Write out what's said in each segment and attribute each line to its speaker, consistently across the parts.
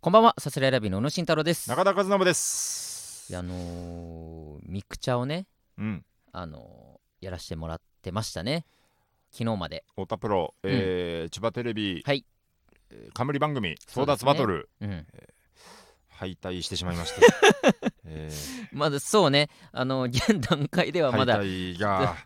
Speaker 1: こんばんは、さすらいラビーの小野慎太郎です。
Speaker 2: 中田和伸で
Speaker 1: い
Speaker 2: す
Speaker 1: やあのー、ミクチャをね、
Speaker 2: うん
Speaker 1: あのーやらしてもらってましたね。昨日まで。
Speaker 2: 太田プロ、えー千葉テレビ、
Speaker 1: はい
Speaker 2: えー冠番組
Speaker 1: そ
Speaker 2: 争
Speaker 1: うですね
Speaker 2: 奪バトル、
Speaker 1: うん。
Speaker 2: 敗退してしまいまして、 えー
Speaker 1: まだそうね、あのー現段階では
Speaker 2: 敗
Speaker 1: まだ。
Speaker 2: 退 が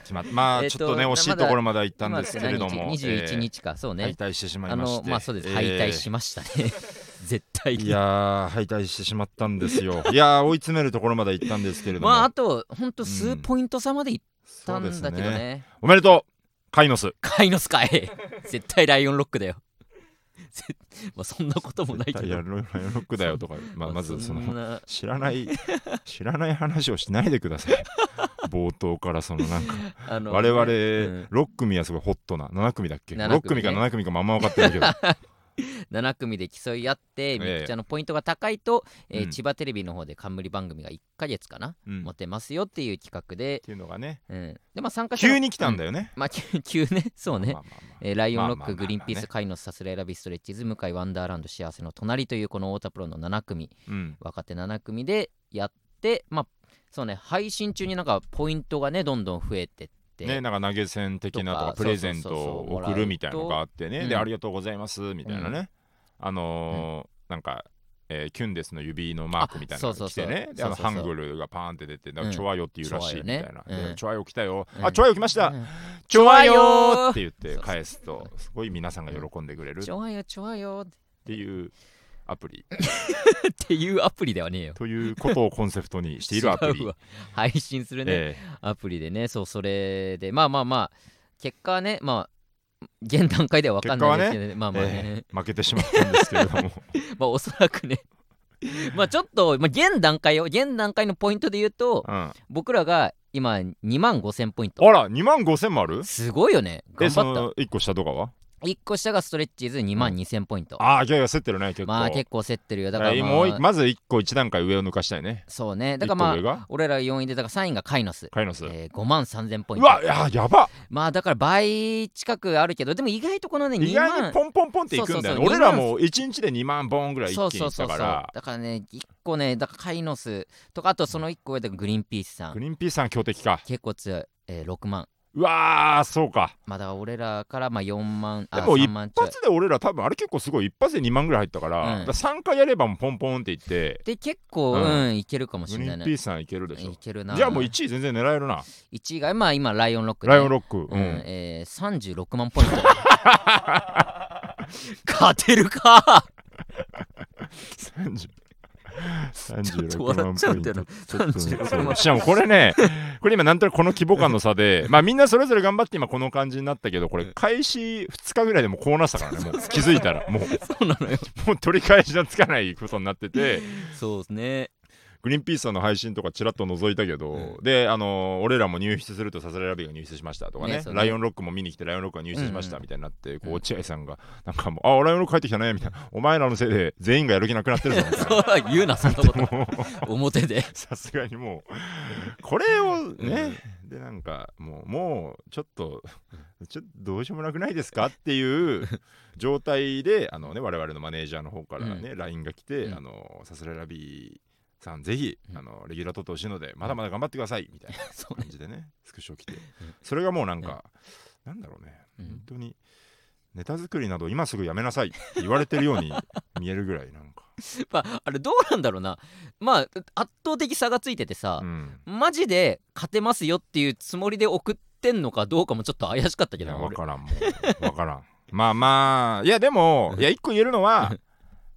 Speaker 2: 決まってまあ
Speaker 1: えっ
Speaker 2: ち
Speaker 1: と
Speaker 2: ょっとね
Speaker 1: まだ
Speaker 2: 惜しいところまでは行ったんですけれども
Speaker 1: 二十一
Speaker 2: えー
Speaker 1: 日か、そうね。
Speaker 2: 敗退してしま
Speaker 1: あ
Speaker 2: いまして
Speaker 1: のまあそうです、
Speaker 2: えー
Speaker 1: 敗退しましたね。 絶対
Speaker 2: い
Speaker 1: に。
Speaker 2: やー敗退してしまったんです よいやー追い詰めるところまで行ったんですけれども、
Speaker 1: まああと本当数
Speaker 2: うん
Speaker 1: ポイント差までいったん
Speaker 2: そう
Speaker 1: だ
Speaker 2: で
Speaker 1: けど
Speaker 2: すね
Speaker 1: ね。
Speaker 2: おめでとうカイノス
Speaker 1: カイノスカイ 絶対ライオンロックだよ。 絶まあそんなこともないけ
Speaker 2: い
Speaker 1: ど。
Speaker 2: やロイロイロックだよとか、まあ、まずその
Speaker 1: んな
Speaker 2: 知らない 知らない話をしないでください冒頭からそのなんか
Speaker 1: あの
Speaker 2: 我々
Speaker 1: ん
Speaker 2: 6組はすごいホットな7組だっけ
Speaker 1: 7
Speaker 2: 6組か
Speaker 1: ね
Speaker 2: 7組かもあんま分かっ てないけど
Speaker 1: 7組で競い合って、
Speaker 2: え
Speaker 1: みくちゃんのポイントが高いと、えー
Speaker 2: うん
Speaker 1: 千葉テレビの方で冠番組が1ヶ月かな、
Speaker 2: うん
Speaker 1: 持
Speaker 2: って
Speaker 1: ますよっていう企画で、
Speaker 2: ていうのがね
Speaker 1: うん、でまあ参加者の
Speaker 2: 急に来たんだ
Speaker 1: よ、
Speaker 2: よね
Speaker 1: うんまあ 急急ねそうね、
Speaker 2: まあまあまあ
Speaker 1: えーライオンロッ
Speaker 2: まあまあまあ
Speaker 1: ク、
Speaker 2: ま
Speaker 1: グ
Speaker 2: あ
Speaker 1: リーンピース、
Speaker 2: ね
Speaker 1: カイノス、サスレラビストレッチズ、向井ワンダーランド、幸せの隣というこの太田プロの7組、
Speaker 2: うん
Speaker 1: 若手7組でやって、まあ、そうね、配信中になんかポイントがね、どんどん増えてって、
Speaker 2: ね、なんか投げ銭的なと
Speaker 1: と
Speaker 2: か
Speaker 1: か
Speaker 2: プレゼン
Speaker 1: そう
Speaker 2: ト
Speaker 1: そうそうそう
Speaker 2: を送るみたいなのがあって
Speaker 1: もらう
Speaker 2: ね
Speaker 1: と
Speaker 2: で
Speaker 1: うん
Speaker 2: ありがとうございますみたいなね、あのーなんか、えーキュンデスの指のマークみたいなの
Speaker 1: あ
Speaker 2: が来てね
Speaker 1: そうそうそう
Speaker 2: であの
Speaker 1: そうそう
Speaker 2: ハ
Speaker 1: そう
Speaker 2: ングルがパーンって出てな
Speaker 1: う
Speaker 2: んか
Speaker 1: ん
Speaker 2: チョワヨっていうらしいみたい
Speaker 1: チョ
Speaker 2: な
Speaker 1: ワヨねうん
Speaker 2: でチョワヨ来たよ
Speaker 1: うん
Speaker 2: あチョワヨ来まし
Speaker 1: う
Speaker 2: た
Speaker 1: ん
Speaker 2: チョワヨ
Speaker 1: チョワヨ
Speaker 2: ーって言って返すとすごい皆さんが喜んでくれるっ
Speaker 1: ちょわよちょわよって
Speaker 2: いうアプリ
Speaker 1: てっていうアプリではねえよ。
Speaker 2: ということをコンセプトにしている アプリ
Speaker 1: 違うわ配信するね、
Speaker 2: え
Speaker 1: アプリでね、そう、それで、まあまあまあ、結果はね、まあ、現段階では分かんないですけど、ねまあ
Speaker 2: え
Speaker 1: まあ
Speaker 2: え
Speaker 1: ね、
Speaker 2: え負けてしまったんですけれど も
Speaker 1: まあおそらく ね、まあちょっと、まあ、現段階を、現段階のポイントで言うと
Speaker 2: う、んあ
Speaker 1: 僕らが今、2万5000ポイント。
Speaker 2: ら2万5000もある
Speaker 1: すごいよね、
Speaker 2: え
Speaker 1: 頑
Speaker 2: そ
Speaker 1: 張っ
Speaker 2: の1個下とかは
Speaker 1: た。1個下がストレッチーズ2万2000ポイント。
Speaker 2: ああ、いやいや、競ってるね、結構。
Speaker 1: まあ結構競ってるよ、だから、
Speaker 2: えー
Speaker 1: ま
Speaker 2: もうい
Speaker 1: あ、
Speaker 2: まず一個一段階上を抜かしたいね。
Speaker 1: そうね、だからま
Speaker 2: 一個上
Speaker 1: あ、
Speaker 2: が
Speaker 1: 俺ら4位で、だから3位がカイノス。
Speaker 2: カイノス。
Speaker 1: えー、5万3000ポイ
Speaker 2: う
Speaker 1: ント
Speaker 2: わ、いや、やば
Speaker 1: まあだから倍近くあるけどでも意外とこのね
Speaker 2: 意
Speaker 1: 2
Speaker 2: 外
Speaker 1: 万
Speaker 2: にポンポンポンっていくんだよね。
Speaker 1: そうそうそう
Speaker 2: 俺らも一日で2万ボンぐらい
Speaker 1: そ
Speaker 2: 一
Speaker 1: う
Speaker 2: 気
Speaker 1: そ
Speaker 2: にいうった
Speaker 1: そうそ
Speaker 2: か
Speaker 1: う
Speaker 2: ら
Speaker 1: だ。からね1個ねだからカイノスとかあとその1個上でグリーンピースさ
Speaker 2: グ
Speaker 1: ん
Speaker 2: リーンピースさん強敵か。
Speaker 1: 結構強い、えー、6万
Speaker 2: うわー、そうか。
Speaker 1: まあだから俺らからまあ4万あ
Speaker 2: でも
Speaker 1: 3
Speaker 2: 一
Speaker 1: 万ちょい
Speaker 2: 発で俺ら多分あれ結構すごい。一発で2万ぐらい入ったから、
Speaker 1: うん
Speaker 2: だから3回やればもうポンポンっていって、
Speaker 1: で結構う
Speaker 2: うんん、
Speaker 1: いけるかもし
Speaker 2: グ
Speaker 1: れ
Speaker 2: リ
Speaker 1: な
Speaker 2: ー
Speaker 1: い
Speaker 2: ン
Speaker 1: ね
Speaker 2: ピースさんいけるでし
Speaker 1: い
Speaker 2: ょ。
Speaker 1: けるな
Speaker 2: じゃあもう1位全然狙えるな。
Speaker 1: 1位がまあ今ライオンロックね、
Speaker 2: ライオンロック。
Speaker 1: う
Speaker 2: うんん。
Speaker 1: えー、36万ポイント勝てるか
Speaker 2: 30
Speaker 1: ちょっと笑っちゃうんだよな
Speaker 2: ちょっとね
Speaker 1: 36
Speaker 2: そうしかもこれね、これ今なんとなくこの規模感の 差で、まあみんなそれぞれ頑張って今この感じになったけど、これ開始2日ぐらいでもうこうなってたからね、もう気づいたら、もう
Speaker 1: そうなのよ
Speaker 2: もう取り返しのつかないことになってて、
Speaker 1: そうですね
Speaker 2: グリーンピースさんの配信とかちらっと覗いたけど
Speaker 1: う、
Speaker 2: で、あのー俺らも入室するとサスライラビーが入室しましたとか
Speaker 1: ね
Speaker 2: ね
Speaker 1: そ、うね
Speaker 2: ライオンロックも見に来てライオンロックが入室しまし
Speaker 1: う
Speaker 2: た
Speaker 1: ん
Speaker 2: みたいになって、こ
Speaker 1: うん
Speaker 2: う落合さんがなんかもう、あ、ライオンロック帰ってきたね、みたいな、お前らのせいで全員がやる気なくなってるぞ、みたいな
Speaker 1: そうは言うなそんなこと表で
Speaker 2: さすがにもうこれをね、でなんかもうもうちょっとちょっとどうしようもなくないですかっていう状態であのね我々のマネージャーの方からね、LINE が来て、
Speaker 1: うん
Speaker 2: あのさすらいラビーさんぜひ、
Speaker 1: うん
Speaker 2: あのレギュラー取ってほしいのでまだまだ頑張ってくださいみたいな
Speaker 1: そうね
Speaker 2: 感じでねスクショ来てそれがもうなんか、なんだろうね
Speaker 1: うん
Speaker 2: 本当にネタ作りなど今すぐやめなさいって言われてるように見えるぐらいなんか、
Speaker 1: まあ、あれどうなんだろうなまあ圧倒的差がついててさ
Speaker 2: う、ん、
Speaker 1: マジで勝てますよっていうつもりで送ってんのかどうかもちょっと怪しかったけ
Speaker 2: い
Speaker 1: ど
Speaker 2: や
Speaker 1: な
Speaker 2: 分
Speaker 1: 俺
Speaker 2: からんもう 分からんまあまあいやでも
Speaker 1: うん
Speaker 2: いや一個言えるのは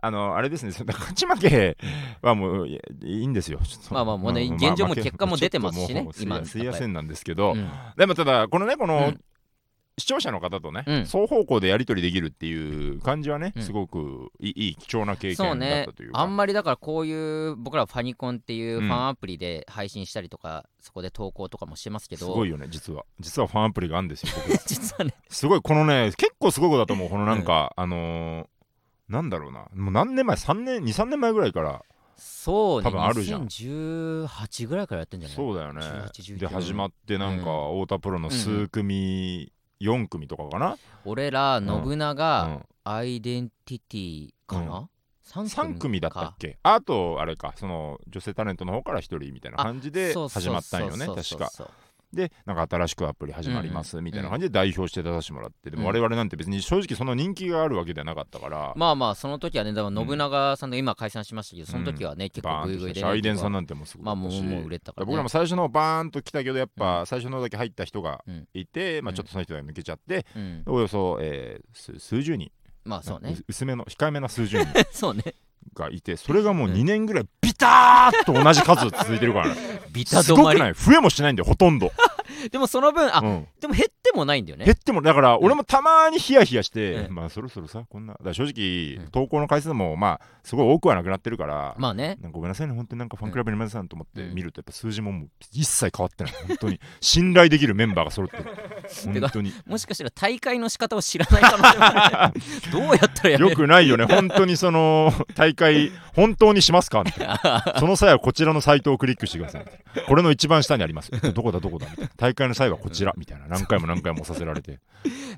Speaker 2: あのあれですねその勝ち負けはもういやいいんですよちょっと
Speaker 1: まあまあもうね
Speaker 2: ん
Speaker 1: 現状も
Speaker 2: 負け
Speaker 1: 結果も出てますしね
Speaker 2: ちょっともうすい
Speaker 1: 今
Speaker 2: すいやせんなんですけど、
Speaker 1: うん
Speaker 2: でもただこのねこの、
Speaker 1: うん
Speaker 2: 視聴者の方とね、
Speaker 1: うん
Speaker 2: 双方向でやり取りできるっていう感じはね、
Speaker 1: うん
Speaker 2: すごくいいいい貴重な経
Speaker 1: そう
Speaker 2: 験だっ
Speaker 1: ね
Speaker 2: たというか
Speaker 1: あんまりだからこういう僕らファニコンっていう
Speaker 2: う
Speaker 1: フ
Speaker 2: ん
Speaker 1: ァンアプリで配信したりとか、そこで投稿とかもしてますけ
Speaker 2: す
Speaker 1: ど
Speaker 2: ごいよね実は実はファンアプリがあるんですよ僕
Speaker 1: 実はね
Speaker 2: すごいこのね結構すごいことだと思うこのなんか、あのーなんだろうなもう何年前3年23年前ぐらいから
Speaker 1: そうね
Speaker 2: 多分あるじゃん
Speaker 1: 2018ぐらいからやってんじゃない
Speaker 2: そうだよね
Speaker 1: 18
Speaker 2: で
Speaker 1: 19
Speaker 2: 始まってなんか
Speaker 1: う
Speaker 2: 太田プロの数組、4組とかかな、
Speaker 1: 俺ら信長、
Speaker 2: うん
Speaker 1: アイデンティティかな、
Speaker 2: 3組だったっけあとあれかその女性タレントの方から1人みたいな感じで始まったんよね確かでなんか新しくアプリ始まりますみたいな感じで代表して出させてもらってでも我々なんて別に正直その人気があるわけではなかったから
Speaker 1: まあまあその時はねだから信長さんの今解散しましたけどその時はね結構グイグイで
Speaker 2: アイデンさんなんてもうすごい
Speaker 1: まあもうもう売れたから
Speaker 2: 僕らも最初のバーンと来たけどやっぱ最初のだけ入った人がいてまあちょっとその人が抜けちゃっておよそえ数十人
Speaker 1: まあそうね
Speaker 2: 薄めの控えめな数十人
Speaker 1: そうね
Speaker 2: が いてそれがもう2年ぐらいビターッと同じ数続いて るからね
Speaker 1: ビタ
Speaker 2: す
Speaker 1: 止
Speaker 2: ご
Speaker 1: ま
Speaker 2: く
Speaker 1: り
Speaker 2: ない増えもしないんだよほとんど、
Speaker 1: でもその 分あ、
Speaker 2: うん
Speaker 1: でも減ってもないんだよね
Speaker 2: 減ってもだから俺もたまにヒヤヒヤして、
Speaker 1: うん
Speaker 2: まあそろそろさこんなだから正直、
Speaker 1: うん
Speaker 2: 投稿の回数もまあすごい多くはなくなってるから、
Speaker 1: まあね
Speaker 2: なんかごめんなさいね本当になんかファンクラブの皆さんと思って
Speaker 1: うん
Speaker 2: 見るとやっぱ数字ももう一切変わってない本当に信頼できるメンバーが 揃ってる
Speaker 1: てか
Speaker 2: 本当に
Speaker 1: もしかしたら大会の仕方を知らない可能性もある どうやったらやれ
Speaker 2: よ
Speaker 1: る
Speaker 2: くないよね、本当にその大会、本当にしますかみた いな。その際はこちらのサイトをクリックしてくださいみたいな。これの一番下にあります。どこだ、どこだみたいな。大会の際はこちらみたいな。何回も何回も押させら れて。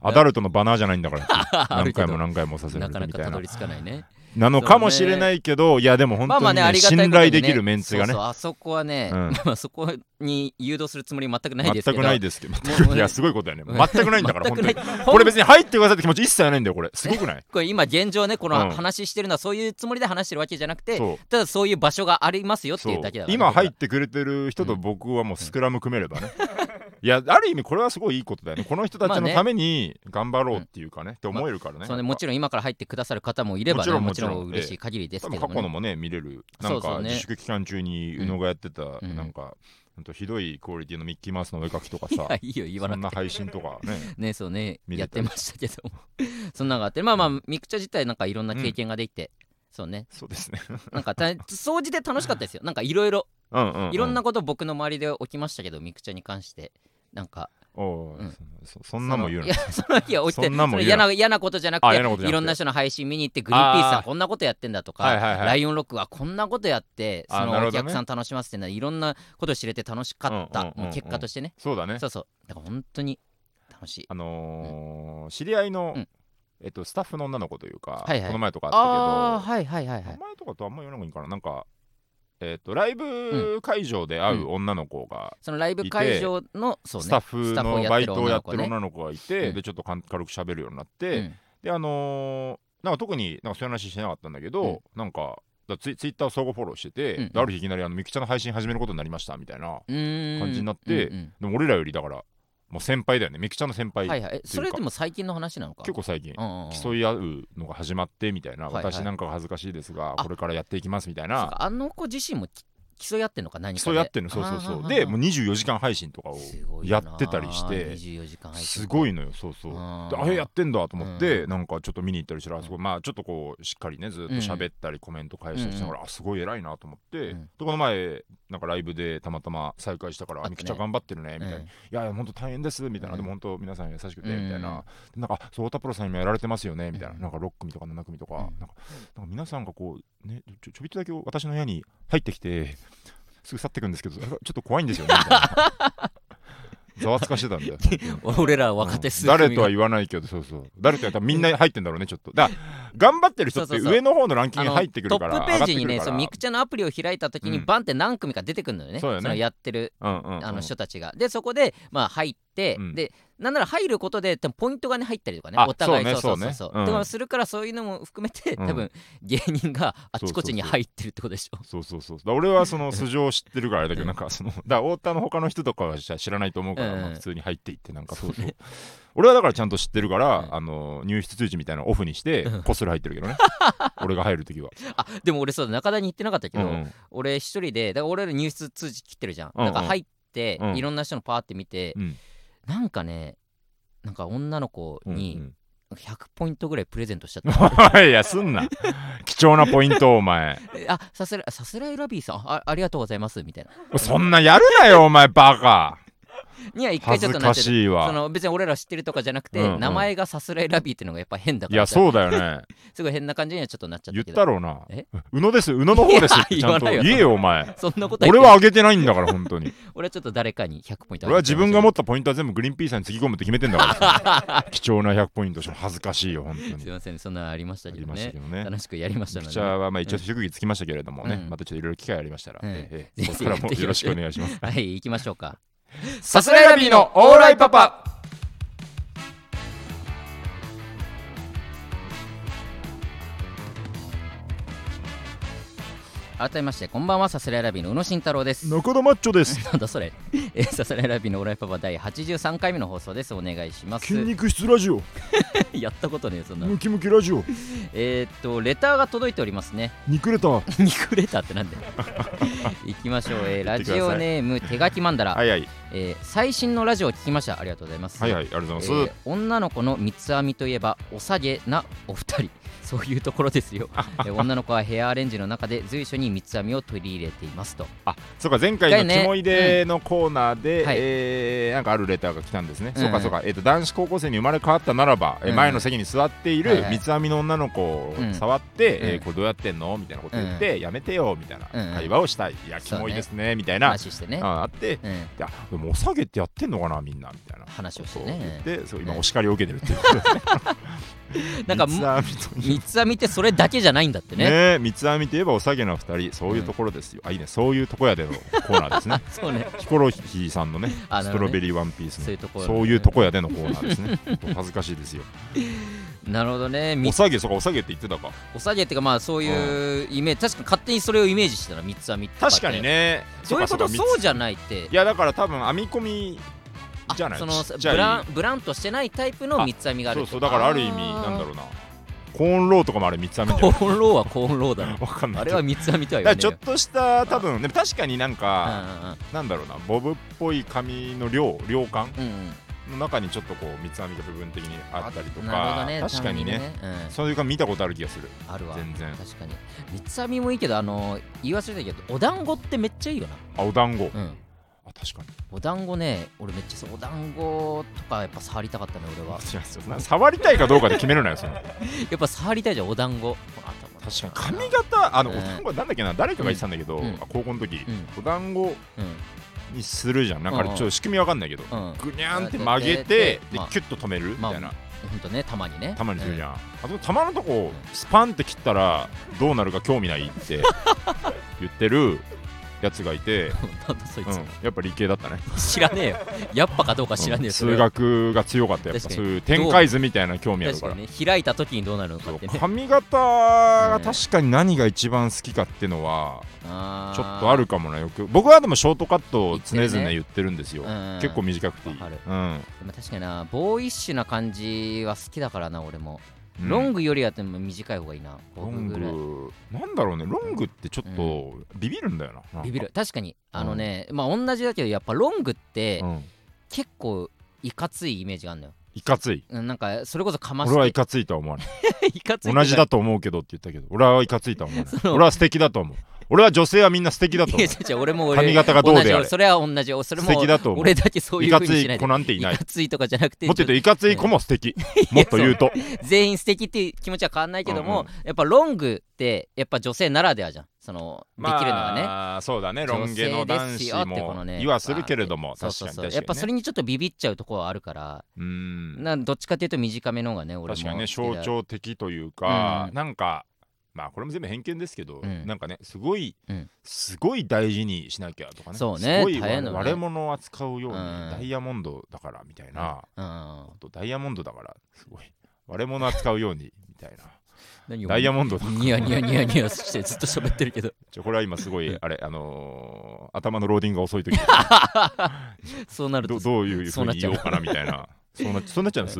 Speaker 2: アダルトのバナーじゃないんだからって。
Speaker 1: ある
Speaker 2: 何
Speaker 1: けど
Speaker 2: 回も何回も押させら
Speaker 1: な
Speaker 2: れ
Speaker 1: か
Speaker 2: て
Speaker 1: なか
Speaker 2: みた
Speaker 1: た
Speaker 2: いな
Speaker 1: ど。り着かないね
Speaker 2: なのかもしれないけど、いや、でも本
Speaker 1: まあま
Speaker 2: 当
Speaker 1: あ
Speaker 2: に
Speaker 1: ねあ
Speaker 2: ね
Speaker 1: りがたいこと
Speaker 2: 信
Speaker 1: にね
Speaker 2: 頼できるメンツが
Speaker 1: そ
Speaker 2: ね
Speaker 1: う。そうあそこはね、
Speaker 2: うん
Speaker 1: まあそこに誘導するつもり全くないです
Speaker 2: 全
Speaker 1: け
Speaker 2: く
Speaker 1: ど
Speaker 2: ないですけど、
Speaker 1: う
Speaker 2: 全くい
Speaker 1: も
Speaker 2: や、
Speaker 1: う
Speaker 2: すごいことやね。全くないんだから、
Speaker 1: 全
Speaker 2: 本
Speaker 1: く
Speaker 2: 当
Speaker 1: な
Speaker 2: に
Speaker 1: い。
Speaker 2: これ別に入ってくださいって気持ち一切ないんだよ、これ。すごくない
Speaker 1: これ今現状ねこの
Speaker 2: うん
Speaker 1: 話してるのはそういうつもりで話してるわけじゃなくて、
Speaker 2: そう。
Speaker 1: ただそういう場所がありますよって
Speaker 2: そう
Speaker 1: いうだけだからね、
Speaker 2: 今
Speaker 1: 僕は
Speaker 2: 入ってくれてる人と僕はもうスクラム組めればね、いやある意味これはすごいいいことだよねこの人たち
Speaker 1: まあ
Speaker 2: の
Speaker 1: ね
Speaker 2: ために頑張ろうっていうかね、って思えるからね、
Speaker 1: そうね、もちろん今から入ってくださる方もいれば、ね、
Speaker 2: もちろん
Speaker 1: もちろ
Speaker 2: もち
Speaker 1: ん
Speaker 2: ろん
Speaker 1: 嬉しい限りです
Speaker 2: 多
Speaker 1: け
Speaker 2: 分
Speaker 1: ど
Speaker 2: 過去の
Speaker 1: も、
Speaker 2: もね見れるなん
Speaker 1: そうそ
Speaker 2: か
Speaker 1: うね
Speaker 2: 自粛期間中に
Speaker 1: うん
Speaker 2: 宇野がやってた、
Speaker 1: うん
Speaker 2: なんかほんとひどいクオリティのミッキーマウスのお絵描きとか
Speaker 1: い
Speaker 2: さ
Speaker 1: やいいよ言わな
Speaker 2: そ
Speaker 1: んく
Speaker 2: な配信とかね
Speaker 1: ねそうね
Speaker 2: 見
Speaker 1: や
Speaker 2: れ
Speaker 1: ったて
Speaker 2: り
Speaker 1: ましたけども そんなのがあってまあまあミクチャ自体なんかいろんな経験ができて、 そうね
Speaker 2: そうですね
Speaker 1: なんかた総じて楽しかったですよなんかいろいろ
Speaker 2: うんうん、う
Speaker 1: いろんなこと僕の周りで起きましたけどミクチャに関してなんか
Speaker 2: おう
Speaker 1: うん
Speaker 2: そそんなもん言
Speaker 1: い
Speaker 2: うの
Speaker 1: やその日は起きて
Speaker 2: そんなんも
Speaker 1: その
Speaker 2: 言う
Speaker 1: 嫌
Speaker 2: な
Speaker 1: な嫌なことじゃなく
Speaker 2: あ
Speaker 1: て
Speaker 2: 嫌なことじゃなくて
Speaker 1: いろんな人の配信見に行ってグリーンピースさ
Speaker 2: あ
Speaker 1: ん
Speaker 2: ー
Speaker 1: こんなことやってんだとか、
Speaker 2: はいはいはい
Speaker 1: ライオンロックはこんなことやってそ
Speaker 2: あーなる
Speaker 1: の
Speaker 2: ほ
Speaker 1: お
Speaker 2: どね
Speaker 1: 客さん楽しませてんだいろんなことを知れて楽しかった、
Speaker 2: うんうんうんうん
Speaker 1: もう結果としてね
Speaker 2: そうだね
Speaker 1: そうそうだから本当に楽しい
Speaker 2: あのー知り合いの、
Speaker 1: うん
Speaker 2: えっと、スタッフの女の子というか、
Speaker 1: はいはい
Speaker 2: この前とかあったけど
Speaker 1: ああーはいはいはいは
Speaker 2: 名
Speaker 1: い
Speaker 2: 前とかとあんま言わない方がいいかななんかえっ、とライブ会場で会う女の子が、
Speaker 1: そのライブ会場のそうね
Speaker 2: スタッフのバイトをやってる
Speaker 1: ね
Speaker 2: 女の子がいて、
Speaker 1: うん
Speaker 2: でちょっとかん軽く喋るようになって、
Speaker 1: うん
Speaker 2: であのーなんか特になんかそういう話してなかったんだけど、
Speaker 1: うん
Speaker 2: なんかだツイツイッターを相互フォローしてて、
Speaker 1: うんうん
Speaker 2: である日いきなりあのミクちゃんの配信始めることになりましたみたいな
Speaker 1: うーん
Speaker 2: 感じになって
Speaker 1: うんうん
Speaker 2: でも俺らよりだからもう先輩だよねミクちゃんの先輩、
Speaker 1: はいはいえそれでも最近の話なのか
Speaker 2: 結構最近、
Speaker 1: うんうんうん
Speaker 2: 競い合うのが始まってみたいな、
Speaker 1: はいはい
Speaker 2: 私なんかが恥ずかしいですが
Speaker 1: あ
Speaker 2: これからやっていきますみた
Speaker 1: そ
Speaker 2: い
Speaker 1: う
Speaker 2: な
Speaker 1: かあの子自身もき競い合ってんのか何かで
Speaker 2: 競い合ってんのそうそう
Speaker 1: あーはー
Speaker 2: そ
Speaker 1: は
Speaker 2: う
Speaker 1: ー
Speaker 2: でもう24時間配信とかを
Speaker 1: すごい
Speaker 2: や
Speaker 1: よな
Speaker 2: ってたりして
Speaker 1: 24時間配信
Speaker 2: すご
Speaker 1: い
Speaker 2: いのよそうそうで
Speaker 1: あ
Speaker 2: あれやってんだと思って
Speaker 1: うん
Speaker 2: なんかちょっと見に行ったりしたら
Speaker 1: うん
Speaker 2: そこまあちょっとこうしっかりねずっと喋ったりコメント返したりしながらあすごい偉いなと思って
Speaker 1: う
Speaker 2: で
Speaker 1: ん
Speaker 2: この前なんかライブでたまたま再会したから
Speaker 1: あっ
Speaker 2: あ
Speaker 1: たね
Speaker 2: みきちゃん頑張ってるねみたいな
Speaker 1: うん
Speaker 2: いやいや本当大変ですみた
Speaker 1: う
Speaker 2: い
Speaker 1: ん
Speaker 2: なでも本当皆さん優しくて
Speaker 1: うん
Speaker 2: みたいなでなんかあそう太田プロさんにもやられてますよねみたいな
Speaker 1: うん
Speaker 2: なんか6組とか7組とか
Speaker 1: うん
Speaker 2: なんかなんか皆さんがこうねちょちょびっとだけ私の部屋に入ってきてすぐ去ってくんですけどあちょっと怖いんですよねみたいな ざわつかしてたんだよ
Speaker 1: 俺ら 若手
Speaker 2: うん
Speaker 1: 数組が
Speaker 2: 誰とは言わないけどそうそう誰とやったらみんな入ってんだろうねちょっとだから頑張ってる人っ
Speaker 1: そう
Speaker 2: て
Speaker 1: そうそう
Speaker 2: 上の方のランキン
Speaker 1: あ
Speaker 2: グに
Speaker 1: の
Speaker 2: 入ってくるから
Speaker 1: トップページにね
Speaker 2: 上が
Speaker 1: そ
Speaker 2: ってく
Speaker 1: の
Speaker 2: る
Speaker 1: ミクチャのアプリを開いた時に
Speaker 2: うん
Speaker 1: バンって何組か出てくるのよね,、
Speaker 2: そうだよね
Speaker 1: のやってる
Speaker 2: からうんうんうん
Speaker 1: あの人たちが、でそこでまあ入って、
Speaker 2: うん
Speaker 1: でなんなら入ることで多分ポイントがね入ったりとかね
Speaker 2: あ
Speaker 1: お互い
Speaker 2: そうね
Speaker 1: そうそうそう
Speaker 2: そうねうん
Speaker 1: とかするからそういうのも含めて
Speaker 2: うん
Speaker 1: 多分芸人があちこちに
Speaker 2: そうそうそう
Speaker 1: 入ってるってことでしょ
Speaker 2: そうそうそうだから俺はそ の素性を知ってるからあれだけどなんかそのだから太田の他の人とかは知らないと思うから、
Speaker 1: うん
Speaker 2: まあ普通に入っていってなんかそうそう俺はだからちゃんと知ってるから、
Speaker 1: うん
Speaker 2: あの入室通知みたいなのオフにして
Speaker 1: うん
Speaker 2: こっそり入ってる けどね俺が入るときは、
Speaker 1: あでも俺そうだ中田に行ってなかったけ
Speaker 2: うん
Speaker 1: ど、
Speaker 2: うん
Speaker 1: 俺一人でだから俺ら入室通知切ってるじゃん、
Speaker 2: うんう
Speaker 1: だ
Speaker 2: ん
Speaker 1: から入って、
Speaker 2: うん
Speaker 1: いろんな人のパーって見て、
Speaker 2: うん
Speaker 1: なんかねなんか女の子
Speaker 2: うん
Speaker 1: に100ポイントぐらいプレゼントしちゃった、
Speaker 2: おいいやすんな貴重なポイントをお前
Speaker 1: あさすらさすらいラビーさんあありがとうございますみたいな
Speaker 2: そんなやるなよお前バカ
Speaker 1: には一回ち
Speaker 2: 恥
Speaker 1: ょっ
Speaker 2: ず
Speaker 1: とな
Speaker 2: か
Speaker 1: っちゃっ
Speaker 2: しい
Speaker 1: た
Speaker 2: わ
Speaker 1: その別に俺ら知ってるとかじゃなくて、
Speaker 2: うんうん
Speaker 1: 名前がさすらいラビーっていうのがやっぱ変だか
Speaker 2: い
Speaker 1: ら
Speaker 2: や
Speaker 1: さ
Speaker 2: そうだよね
Speaker 1: すごい変な感じにはちょっとなっちゃっ
Speaker 2: 言
Speaker 1: たけ
Speaker 2: っ
Speaker 1: ど
Speaker 2: たろうな
Speaker 1: え
Speaker 2: 宇野です宇野の方ですって
Speaker 1: い
Speaker 2: ち
Speaker 1: や
Speaker 2: ゃんと
Speaker 1: 言わないよ
Speaker 2: 言えよお前
Speaker 1: そんなことは言
Speaker 2: 俺
Speaker 1: って
Speaker 2: はあげてないんだから本当に
Speaker 1: 俺はちょっと誰かに100ポイント
Speaker 2: 俺は自分が持
Speaker 1: も
Speaker 2: ったポイントは全部グリーンピースさんにつぎ込むって決めてんだから さ貴重な100ポイントしかも恥ずかしいよ本当に
Speaker 1: すいませんそんなのありました
Speaker 2: あ
Speaker 1: け
Speaker 2: り
Speaker 1: ど
Speaker 2: ました
Speaker 1: ね
Speaker 2: けどね
Speaker 1: 楽しくやりました
Speaker 2: ピ
Speaker 1: ので
Speaker 2: クチャーはまあ一応職業つきましたけれどもね、
Speaker 1: うん
Speaker 2: またちょっといろいろ機会ありましたら、
Speaker 1: うん
Speaker 2: ええええ
Speaker 1: ぜひ
Speaker 2: そこからもよろしくお願いします。
Speaker 1: はい行きましょうか
Speaker 2: さすらいラビーのオーライパパ
Speaker 1: 改めましてこんばんはさすらいラビーの宇野慎太郎です
Speaker 2: 中田マッチョ です。
Speaker 1: なんだそれえーさすらいラビーのオーライパパ第83回目の放送ですお願いします
Speaker 2: 肉質ラジオ、
Speaker 1: やったことねえそんなの
Speaker 2: キムキラジ オ、
Speaker 1: えーっとレターが届いておりますね
Speaker 2: 肉レター。
Speaker 1: 肉レターってなんだよ 行きましょう、えー
Speaker 2: 言っ
Speaker 1: ラ
Speaker 2: てください
Speaker 1: ジオネーム手書きマンダラ、
Speaker 2: はいはい、
Speaker 1: えー最新のラジオを聞きましたありがとうございます
Speaker 2: はいはい、ありがとうござい
Speaker 1: え
Speaker 2: ま
Speaker 1: ー女の子の三つ編みといえばおさげなお二 人そういうところですよ、えー女の子はヘアアレンジの中で随所に三つ編みを取り入れていますと
Speaker 2: す。そうか、前回のキモイ
Speaker 1: だ
Speaker 2: デのコーナーで、
Speaker 1: はい
Speaker 2: えーなんかあるレターが来たんですね。
Speaker 1: うん
Speaker 2: そうかそうか、えっ、と男子高校生に生まれ変わったならば、えー
Speaker 1: うん
Speaker 2: 前の席に座ってい
Speaker 1: はい
Speaker 2: る
Speaker 1: はい
Speaker 2: 三つ編みの女の子を
Speaker 1: うん
Speaker 2: 触って、え
Speaker 1: うん
Speaker 2: ーこれどうやってんのみたいなこと言って、やめてよみたいな
Speaker 1: うん
Speaker 2: 会話をしたい。いや、キモいですねみたいな、
Speaker 1: 話してね、
Speaker 2: ああって。
Speaker 1: うん、
Speaker 2: いやでもお下げってやってんのかなみんなみたいな
Speaker 1: 話をして
Speaker 2: こと
Speaker 1: ね
Speaker 2: 言ってそう今
Speaker 1: ね
Speaker 2: お叱りを受けてるっていうことですね
Speaker 1: なんか
Speaker 2: 三つ編みという
Speaker 1: 三つ編みってそれだけじゃないんだってね
Speaker 2: ねえ三つ編みといえばお下げの二人そういうところですよ、あいいねそういうとこやでのコーナーですね
Speaker 1: そうね
Speaker 2: ヒコロヒーさんのね
Speaker 1: あな
Speaker 2: ス
Speaker 1: るほど
Speaker 2: トロ
Speaker 1: ね
Speaker 2: ベリーワンピースの
Speaker 1: そういうところ
Speaker 2: そういうとこやでのコーナーで すね恥ずかしいですよ
Speaker 1: なるほどね
Speaker 2: お
Speaker 1: み
Speaker 2: 下げそうかお下げって言ってたか
Speaker 1: おさげっていうかまあそういうイメージ確かに勝手にそれをイメージしてたな三つ編みとかって
Speaker 2: 確かにね
Speaker 1: そういうこと
Speaker 2: か
Speaker 1: そう
Speaker 2: か
Speaker 1: じゃないって
Speaker 2: いやだから多分編み込み
Speaker 1: あ
Speaker 2: じゃない
Speaker 1: その
Speaker 2: ちっちゃい
Speaker 1: ブランブランとしてないタイプの三つ編みがあるっ
Speaker 2: そう
Speaker 1: てこ
Speaker 2: そう
Speaker 1: と
Speaker 2: だからある意味なんだろうなコーンローとかもあれ三つ編みじゃ
Speaker 1: コ
Speaker 2: ない
Speaker 1: ーンローはコーンローだ ろ
Speaker 2: わかんない
Speaker 1: あ
Speaker 2: け
Speaker 1: れ
Speaker 2: ど
Speaker 1: は三つ編みとは言わ
Speaker 2: だから
Speaker 1: ない
Speaker 2: ちょっとした多分でも確かになんか、
Speaker 1: う
Speaker 2: なんだろうなボブっぽい髪の量量感
Speaker 1: んうんうんうんうん
Speaker 2: の中にちょっとこう三つ編みが部分的にあったりと
Speaker 1: なるほ
Speaker 2: か、
Speaker 1: どね
Speaker 2: 確かにね
Speaker 1: 単のね
Speaker 2: そういうか見たことある気がする
Speaker 1: うんあるわ
Speaker 2: 全然
Speaker 1: 確かに三つ編みもいいけどあの言い忘れたけどお団子ってめっちゃいいよ
Speaker 2: あお団子、あ
Speaker 1: なうん
Speaker 2: 確かに
Speaker 1: お団子ね俺めっちゃそうお団子とかやっぱ触りたかったね俺 は
Speaker 2: 違うんですよな触りたいかどうかで決めるなよその確
Speaker 1: やっぱ触りたいじゃんお団子この頭
Speaker 2: かに髪型あの、
Speaker 1: うん
Speaker 2: お団子なんだっけな誰かが言ってたんだけど、
Speaker 1: うん
Speaker 2: 高校の時、
Speaker 1: うん
Speaker 2: お団子
Speaker 1: う
Speaker 2: にするじゃんなんかあれ
Speaker 1: うん
Speaker 2: ちょ
Speaker 1: うん
Speaker 2: っと仕組みわかんないけど、
Speaker 1: んうん
Speaker 2: ぐにゃんって曲げて、
Speaker 1: まあ
Speaker 2: でキュッと止めるみ
Speaker 1: まあ
Speaker 2: たいな、
Speaker 1: ほんとねたまにね
Speaker 2: たまにするじ
Speaker 1: うん
Speaker 2: ゃん、あとたまのとこスパンって切ったらどうなるか興味ないって 言ってるやつがいて、
Speaker 1: なんだ そいうつ
Speaker 2: ん、やっぱ理系だったね
Speaker 1: 知らねえよやっぱかどうか知らねえ
Speaker 2: うん
Speaker 1: よそれ
Speaker 2: 数
Speaker 1: は
Speaker 2: 学が強かったやっぱ
Speaker 1: 確
Speaker 2: そ
Speaker 1: か
Speaker 2: う
Speaker 1: に
Speaker 2: いう展開図みたいな興味ある
Speaker 1: 確
Speaker 2: か
Speaker 1: からにね開いた時にどうなるのか
Speaker 2: そ
Speaker 1: っ
Speaker 2: う
Speaker 1: てね
Speaker 2: 髪型が確かに何が一番好きかってのは
Speaker 1: あー
Speaker 2: ちょっとあるかもなよく僕はでもショートカットを
Speaker 1: 言
Speaker 2: 常
Speaker 1: ってる
Speaker 2: 々
Speaker 1: ね
Speaker 2: 言ってるんですよ、
Speaker 1: うん
Speaker 2: 結構短くていい、
Speaker 1: わかる
Speaker 2: うん
Speaker 1: でも確かになボーイッシュな感じは好きだからな俺も
Speaker 2: うん
Speaker 1: ロングよりはでも短い方がいいな
Speaker 2: ロ
Speaker 1: 僕
Speaker 2: ン
Speaker 1: ぐらい
Speaker 2: グなんだろうねロングってちょっとビビるんだよな,なんか、
Speaker 1: ビビる確かにあのね、まあ同じだけどやっぱロングって
Speaker 2: うん
Speaker 1: 結構いかついイメージがあるのよ
Speaker 2: いかつい
Speaker 1: うんなんかそれこそかまして
Speaker 2: 俺はいかついとは思わない
Speaker 1: いかつい
Speaker 2: 同じだと思うけどって言ったけど俺はいかついとは思わ ない
Speaker 1: の
Speaker 2: 俺は素敵だと思う俺は女性はみんな素敵だと
Speaker 1: い
Speaker 2: 思
Speaker 1: や
Speaker 2: う
Speaker 1: 違う違う俺も俺
Speaker 2: 髪型がどうであ
Speaker 1: 同
Speaker 2: れ
Speaker 1: じそれは同じそれ
Speaker 2: 素
Speaker 1: も
Speaker 2: 敵だと思う
Speaker 1: 俺だけそう
Speaker 2: い
Speaker 1: いう
Speaker 2: か
Speaker 1: ふう
Speaker 2: つ
Speaker 1: にしないいで
Speaker 2: 子なんていない
Speaker 1: かついとかじゃなくて
Speaker 2: もっと言うといかつい子も素敵もっと言うと
Speaker 1: 全員素敵っていう気持ちは変わんないけども、
Speaker 2: うん
Speaker 1: やっぱロングってやっぱ女性ならではじゃんそのできるのがね、
Speaker 2: まあそうだねロン毛の男子
Speaker 1: 女性ですよってこ
Speaker 2: も
Speaker 1: のね
Speaker 2: 言わするけれども
Speaker 1: そう
Speaker 2: 確
Speaker 1: そう
Speaker 2: かに
Speaker 1: そ
Speaker 2: 確
Speaker 1: う、
Speaker 2: かに
Speaker 1: やっぱそ
Speaker 2: れ
Speaker 1: れにちょっとビビっちゃうとこはあるから、
Speaker 2: うん
Speaker 1: なんどっちかというと短めの方がね俺も
Speaker 2: 確かにね
Speaker 1: 好き
Speaker 2: 象
Speaker 1: だ
Speaker 2: 徴的というか
Speaker 1: うん
Speaker 2: なんかまあこれも全部偏見ですけど
Speaker 1: うん
Speaker 2: なんかねすごい
Speaker 1: うん
Speaker 2: すごい大事にしなきゃとかね
Speaker 1: そうね
Speaker 2: すごい
Speaker 1: 大変だね
Speaker 2: 割れ物を扱うように
Speaker 1: うん
Speaker 2: ダイヤモンドだからみたいな
Speaker 1: うん
Speaker 2: あとダイヤモンドだからすごい割れ物扱うように みたいな
Speaker 1: 何を
Speaker 2: ダイヤモンドだ
Speaker 1: ニヤニヤニヤニヤしてずっと喋ってるけど
Speaker 2: ちょこれは今すごいあれあのー頭のローディングが遅い時
Speaker 1: そうなる
Speaker 2: ど
Speaker 1: と
Speaker 2: どういうふ
Speaker 1: そう
Speaker 2: う
Speaker 1: なっ
Speaker 2: に
Speaker 1: ちゃ
Speaker 2: 言
Speaker 1: う
Speaker 2: おうかなみた いなそうなそうなっちゃうんです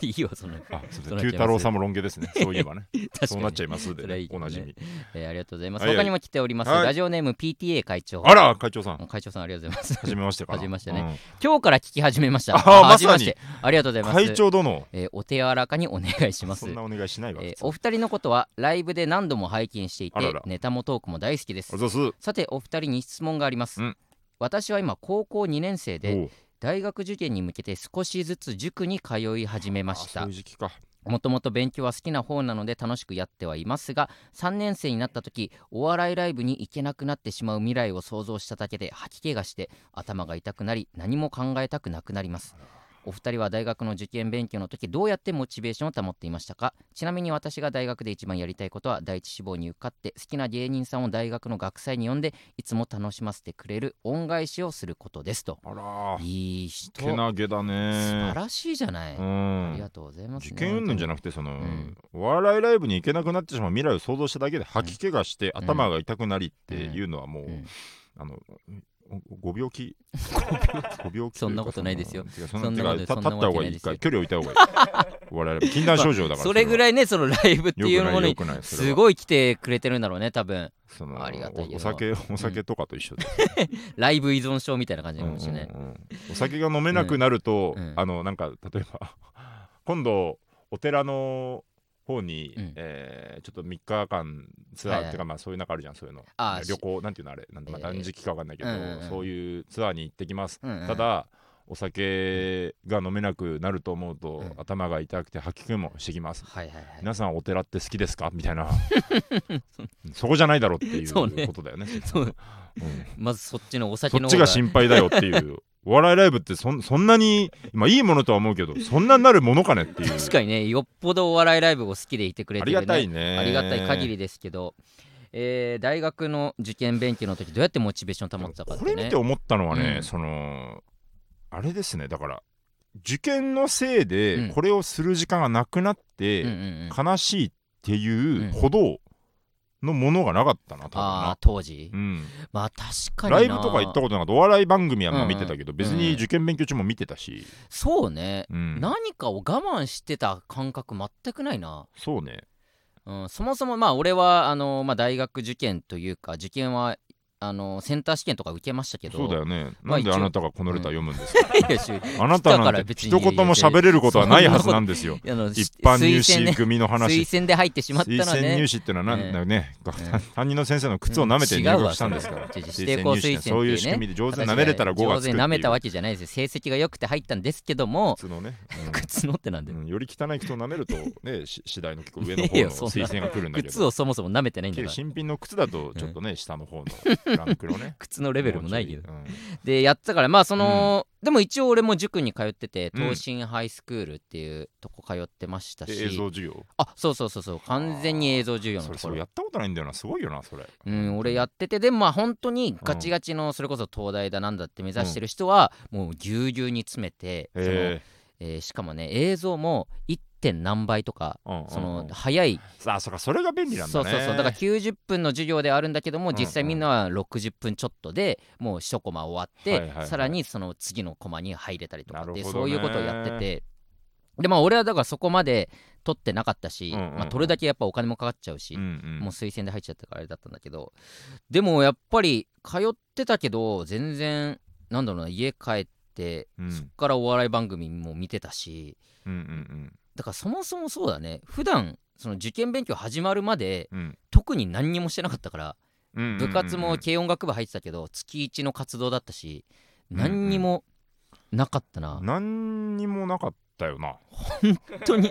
Speaker 1: いいわその
Speaker 2: あそう
Speaker 1: そうなっちゃいま
Speaker 2: だ
Speaker 1: す
Speaker 2: 九太郎さんもロン毛ですねそういえばね
Speaker 1: 確かに
Speaker 2: そうなっちゃいますで
Speaker 1: それはい
Speaker 2: ね
Speaker 1: いけ
Speaker 2: お
Speaker 1: どね
Speaker 2: なじみ
Speaker 1: えーありがとうございます、
Speaker 2: はいは
Speaker 1: 他
Speaker 2: い
Speaker 1: にも来ております、
Speaker 2: はい
Speaker 1: ラジオネーム PTA 会長
Speaker 2: あら会長さん
Speaker 1: 会長さんありがとうございます
Speaker 2: 初めましてかな
Speaker 1: 初めましてね
Speaker 2: うん
Speaker 1: 今日から聞き始めました
Speaker 2: あー
Speaker 1: 初め
Speaker 2: まさ
Speaker 1: し
Speaker 2: に
Speaker 1: てありがとうございます
Speaker 2: 会長殿
Speaker 1: えーお手柔らかにお願いします
Speaker 2: そんなお願いしないわ
Speaker 1: えー
Speaker 2: 普通
Speaker 1: お二人のことはライブで何度も拝見していて
Speaker 2: あらら
Speaker 1: ネタもトークも大好きです
Speaker 2: あざっす
Speaker 1: さてお二人に質問があります、
Speaker 2: うん
Speaker 1: 私は今高校2年生で
Speaker 2: おう
Speaker 1: 大学受験に向けて少しずつ塾に通い始めました
Speaker 2: あそういう時期か
Speaker 1: もともと勉強は好きな方なので楽しくやってはいますが3年生になった時お笑いライブに行けなくなってしまう未来を想像しただけで吐き気がして頭が痛くなり何も考えたくなくなりますお二人は大学の受験勉強の時どうやってモチベーションを保っていましたかちなみに私が大学で一番やりたいことは第一志望に受かって好きな芸人さんを大学の学祭に呼んでいつも楽しませてくれる恩返しをすることですと
Speaker 2: あら
Speaker 1: いい人
Speaker 2: け
Speaker 1: 素
Speaker 2: なげ
Speaker 1: 晴
Speaker 2: だね
Speaker 1: らしいじゃない、
Speaker 2: うん
Speaker 1: ありがとうございます、ね、
Speaker 2: 受験云々じゃなくてその、
Speaker 1: ん
Speaker 2: お笑いライブに行けなくなってしまう未来を想像しただけで吐き気がして、
Speaker 1: ん
Speaker 2: 頭が痛くなりっていうのはもう、
Speaker 1: うん
Speaker 2: あのごご病 気ご病気
Speaker 1: そんなことないですよ
Speaker 2: とうか
Speaker 1: そ
Speaker 2: その
Speaker 1: ん
Speaker 2: て
Speaker 1: な
Speaker 2: か
Speaker 1: こと
Speaker 2: 立
Speaker 1: そん
Speaker 2: 立
Speaker 1: な
Speaker 2: った方がいい一
Speaker 1: わけ
Speaker 2: 回距離を置いた方がい い我々禁断症状だから
Speaker 1: それぐ
Speaker 2: い
Speaker 1: らいねそのライブっていうもの
Speaker 2: よ
Speaker 1: に
Speaker 2: くないよくない
Speaker 1: す
Speaker 2: い
Speaker 1: ごい来てくれてるんだろうね多分
Speaker 2: その
Speaker 1: ありがたいけど
Speaker 2: おお酒お酒とかと一緒で、
Speaker 1: ライブ依存症みたいな感じ
Speaker 2: う
Speaker 1: か
Speaker 2: んうん
Speaker 1: もしれない、
Speaker 2: うんお酒が飲めなくなると、
Speaker 1: うんうん
Speaker 2: あのなんか例えば今度お寺の方に、
Speaker 1: うん
Speaker 2: えーちょっと3日間ツアー、
Speaker 1: はいはい
Speaker 2: っていうかまあそういうなんかあるじゃんそういうの
Speaker 1: あー
Speaker 2: 旅行なんていうのあれなんだまあ
Speaker 1: えー
Speaker 2: 断食かわかんないけど、
Speaker 1: うんうんうん
Speaker 2: そういうツアーに行ってきます、
Speaker 1: うんうん
Speaker 2: ただお酒が飲めなくなると思うと、
Speaker 1: うん
Speaker 2: 頭が痛くて吐き気もしてきます
Speaker 1: はいはいはい
Speaker 2: 皆さんお寺って好きですかみた いなそこじゃないだろうっていう
Speaker 1: そうね
Speaker 2: ことだよね
Speaker 1: そう
Speaker 2: うん
Speaker 1: まずそっちのお
Speaker 2: そ
Speaker 1: 酒の
Speaker 2: っ
Speaker 1: 方
Speaker 2: ちが心配だよっていうお笑いライブってそんそんなに、まあ、いいものとは思うけ どそんなになるものかねっていう
Speaker 1: 確かにねよっぽどお笑いライブを好きでいてくれ
Speaker 2: あ
Speaker 1: て
Speaker 2: り
Speaker 1: る、ね、
Speaker 2: がたいね
Speaker 1: ありがたい限
Speaker 2: り
Speaker 1: りですけど、えー大学の受験勉強の時どうやってモチベーション保ってたかって
Speaker 2: こ
Speaker 1: ね
Speaker 2: れ見て思ったのはね、
Speaker 1: うん
Speaker 2: そのあれですねだから受験のせいうで
Speaker 1: ん
Speaker 2: これをする時間がなくなって、
Speaker 1: うんうんうん、あ
Speaker 2: 悲しいっていううんほどのものがなかったな多分
Speaker 1: あ
Speaker 2: な
Speaker 1: ー、当時、
Speaker 2: うん、
Speaker 1: まあ確かにな
Speaker 2: ライブとか行ったことなかったお笑い番組はまあ見てたけど、
Speaker 1: うん
Speaker 2: 別に受験勉強中も見てたし、
Speaker 1: そうね、
Speaker 2: うん、
Speaker 1: 何かを我慢してた感覚全くないな
Speaker 2: そうね
Speaker 1: うん、そもそもまあ俺はあの、まあ、大学受験というか受験はあのセンター試験とか受けましたけど
Speaker 2: そうだよね
Speaker 1: まあ
Speaker 2: なんで
Speaker 1: 一応
Speaker 2: あなたがこのレター読むんですか、
Speaker 1: いやし
Speaker 2: あなたなんて一言も喋れることはないはずなんで すよ。
Speaker 1: あの
Speaker 2: 一般入
Speaker 1: 推薦
Speaker 2: 試
Speaker 1: ね
Speaker 2: 組の話。
Speaker 1: 推薦で入ってしまった
Speaker 2: 推
Speaker 1: のは
Speaker 2: 薦入
Speaker 1: ね
Speaker 2: 試ってのはなん
Speaker 1: ええ
Speaker 2: だよね、
Speaker 1: え
Speaker 2: 担任の先生の靴を舐めて入学したんですから。
Speaker 1: うん違うわそれ違う
Speaker 2: 推薦入試ね
Speaker 1: 指定校推薦っていうね
Speaker 2: そういう仕組みで上手に舐めれたら5がつくって
Speaker 1: 上手
Speaker 2: いう。
Speaker 1: に舐めた わけじゃないですよ成績が良くて入ったんですけども
Speaker 2: 靴のね、
Speaker 1: 靴のってなん
Speaker 2: う
Speaker 1: で、
Speaker 2: んうんより汚い靴を舐めると ね、し次第の結構上の
Speaker 1: い
Speaker 2: 方
Speaker 1: やい
Speaker 2: の
Speaker 1: やそんな
Speaker 2: 推薦が来るんだけ
Speaker 1: 靴
Speaker 2: ど。
Speaker 1: をそもそも舐めてないんだから。
Speaker 2: 新品の靴だとちょっとね、下の方のランクのね
Speaker 1: 靴の レベルもないけど
Speaker 2: う
Speaker 1: でやったからまあその、でも一応俺も塾に通ってて
Speaker 2: うん
Speaker 1: 東進ハイスクールっていうとこ通ってました
Speaker 2: ん。
Speaker 1: し、
Speaker 2: で映像授業。
Speaker 1: あそうそうそうそう完全に映像授業の
Speaker 2: それ
Speaker 1: と
Speaker 2: そ
Speaker 1: こ
Speaker 2: れ
Speaker 1: ろ
Speaker 2: やったことないんだよな、すごいよな、それ。
Speaker 1: うん、俺やっててでもまあ本当にガチガチのそれこそ東大だなんだって目指してる人はもうぎゅうぎゅうに詰めて、その
Speaker 2: え
Speaker 1: えーしかもね映像も 1. 点何倍とか
Speaker 2: えうんうんうん
Speaker 1: その早い、
Speaker 2: さあ、そっか、それが便利なん
Speaker 1: そ
Speaker 2: だ
Speaker 1: う
Speaker 2: ね。
Speaker 1: そうそうだから90分の授業であるんだけども
Speaker 2: うん
Speaker 1: 実際みんなは60分ちょっとでもう一コマ終わって、
Speaker 2: はいはいはい
Speaker 1: さらにその次のコマに入れたりとかっていう、
Speaker 2: なるほど
Speaker 1: そう
Speaker 2: ね
Speaker 1: いうことをやっててでまあ俺はだからそこまで取ってなかったし、
Speaker 2: うんうんうん
Speaker 1: まあ、取るだけやっぱお金もかかっちゃうし、
Speaker 2: うんうん
Speaker 1: もう推薦で入っちゃったからあれだったんだけどでもやっぱり通ってたけど全然なんだろうな家帰って、
Speaker 2: うん
Speaker 1: そっからお笑い番組も見てたし
Speaker 2: うんうん
Speaker 1: だからそもそもそうだね普段その受験勉強始まるまで
Speaker 2: うん
Speaker 1: 特に何にもしてなかったから
Speaker 2: うん
Speaker 1: 部活
Speaker 2: うんうんう
Speaker 1: も
Speaker 2: ん
Speaker 1: 軽音楽部入ってたけど月1の活動だったし
Speaker 2: んうん
Speaker 1: 何にもなかったな
Speaker 2: 何にもなかったよな
Speaker 1: 本当に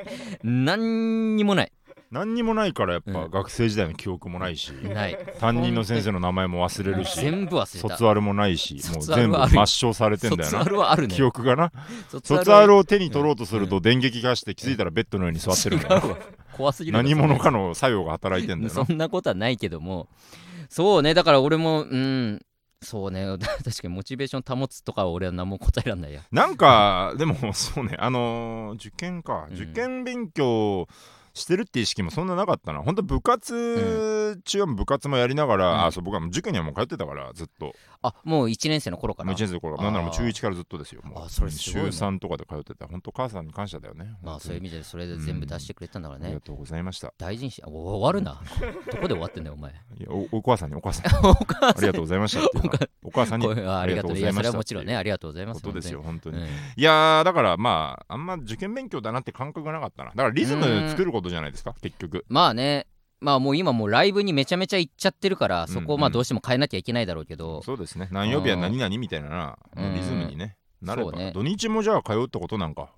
Speaker 1: 何にもない
Speaker 2: 何にもないからやっ
Speaker 1: う
Speaker 2: ぱ
Speaker 1: ん
Speaker 2: 学生時代の記憶もないし、
Speaker 1: ない
Speaker 2: 担任の先生の名前も忘れるし
Speaker 1: 全部忘れた
Speaker 2: 卒アルもないしもう
Speaker 1: 卒ア
Speaker 2: 全
Speaker 1: ル
Speaker 2: 部
Speaker 1: はある
Speaker 2: 抹消されてんだよ
Speaker 1: 卒ア
Speaker 2: な
Speaker 1: ルはあるね
Speaker 2: 記憶がな
Speaker 1: 卒
Speaker 2: 卒ア
Speaker 1: は
Speaker 2: ルを手に取ろうとすると電撃がして気づいたらベッドの上に座ってるんだよ
Speaker 1: 違うわ怖すぎるだろ
Speaker 2: 何者かの作用が働いてん だよな
Speaker 1: そんなことはないけどもそうねだから俺もうんそうね 確かにモチベーション保つとかは俺は何も答えらんないや
Speaker 2: なんかでもそうねあのー受験か、
Speaker 1: うん
Speaker 2: 受験勉強してるって意識もそんななかったな本当部活中は部活もやりながら、
Speaker 1: うん
Speaker 2: あそう僕はもう塾にはもう通ってたからずっと
Speaker 1: あもう1年生の頃か
Speaker 2: もう
Speaker 1: ら
Speaker 2: 1年生の頃なんならもう中1からずっとですよもう
Speaker 1: あそれすごい
Speaker 2: 週
Speaker 1: ね
Speaker 2: 3とかで通ってた本当母さんに感謝だよね
Speaker 1: まあそういう意
Speaker 2: 本
Speaker 1: 味でそれで全部出してくれたんだから
Speaker 2: 当にあり
Speaker 1: ね
Speaker 2: がとうございました
Speaker 1: 大事にしお終わる などこで終わってんだよお前
Speaker 2: いやおお母さんにお母さ んにありがとうございましたっていうのはお母さんに
Speaker 1: こういうあありがとういやそれはもちろんね
Speaker 2: っ
Speaker 1: ありがとうござい
Speaker 2: てい
Speaker 1: ま
Speaker 2: う
Speaker 1: す
Speaker 2: ことですよ本当
Speaker 1: 本
Speaker 2: に
Speaker 1: 当にうん
Speaker 2: いやーだからまああんま受験勉強だなって感覚がなかったなだからリズム作ることじゃないですか結局
Speaker 1: まあねまあもう今もうライブにめちゃめちゃ行っちゃってるからそこをま
Speaker 2: う
Speaker 1: あ
Speaker 2: んうん
Speaker 1: どうしても変えなきゃいけないだろうけど
Speaker 2: そうですね何曜日は何々みたいなな
Speaker 1: うん
Speaker 2: もうリズムにねなれば、
Speaker 1: そうね
Speaker 2: 土日もじゃあ通うってことなんか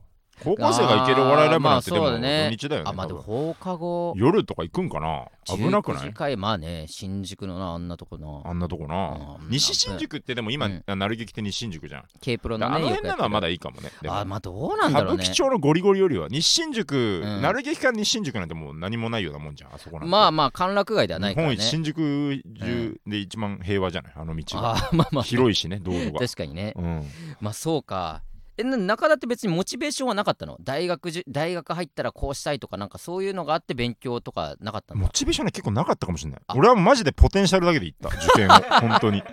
Speaker 2: 高校生が行けるお笑いライブなんて
Speaker 1: あー
Speaker 2: で
Speaker 1: まあそ
Speaker 2: も
Speaker 1: うだね
Speaker 2: 土日だよね
Speaker 1: あまあでも
Speaker 2: 多分
Speaker 1: 放課後
Speaker 2: 夜とか行くんかな危なくな
Speaker 1: 19
Speaker 2: い
Speaker 1: 時回まあね新宿のなあんなとこな
Speaker 2: あんなとこな
Speaker 1: うん
Speaker 2: 西新宿ってでも今、
Speaker 1: うん
Speaker 2: なる劇って西新宿じゃん、
Speaker 1: K プロ
Speaker 2: だ
Speaker 1: の
Speaker 2: か
Speaker 1: ね
Speaker 2: らあの
Speaker 1: よ
Speaker 2: 辺
Speaker 1: くや
Speaker 2: な
Speaker 1: って
Speaker 2: の
Speaker 1: る
Speaker 2: はまだいいかもねでも
Speaker 1: あまあどうなんだ
Speaker 2: 歌
Speaker 1: ろ
Speaker 2: 舞
Speaker 1: うね
Speaker 2: 伎町のゴリゴリよりは日新宿、
Speaker 1: ん
Speaker 2: なる劇か日新宿なんてもう何もないようなもんじゃんあそこなんて
Speaker 1: まあまあ歓楽街ではない
Speaker 2: 日
Speaker 1: から
Speaker 2: 本
Speaker 1: ね
Speaker 2: 一新宿中で一番平和じゃないあの道が
Speaker 1: あーまあまあ
Speaker 2: 広いしね道路 が
Speaker 1: 確かにね
Speaker 2: うん
Speaker 1: まあそうかえな中田って別にモチベーションはなかったの大学じゅ大学入ったらこうしたいとかなんかそういうのがあって勉強とかなかったん
Speaker 2: モ
Speaker 1: だ
Speaker 2: チベーションね結構なかったかもしれない
Speaker 1: あ
Speaker 2: 俺はもうマジでポテンシャルだけで 行った受験を本当に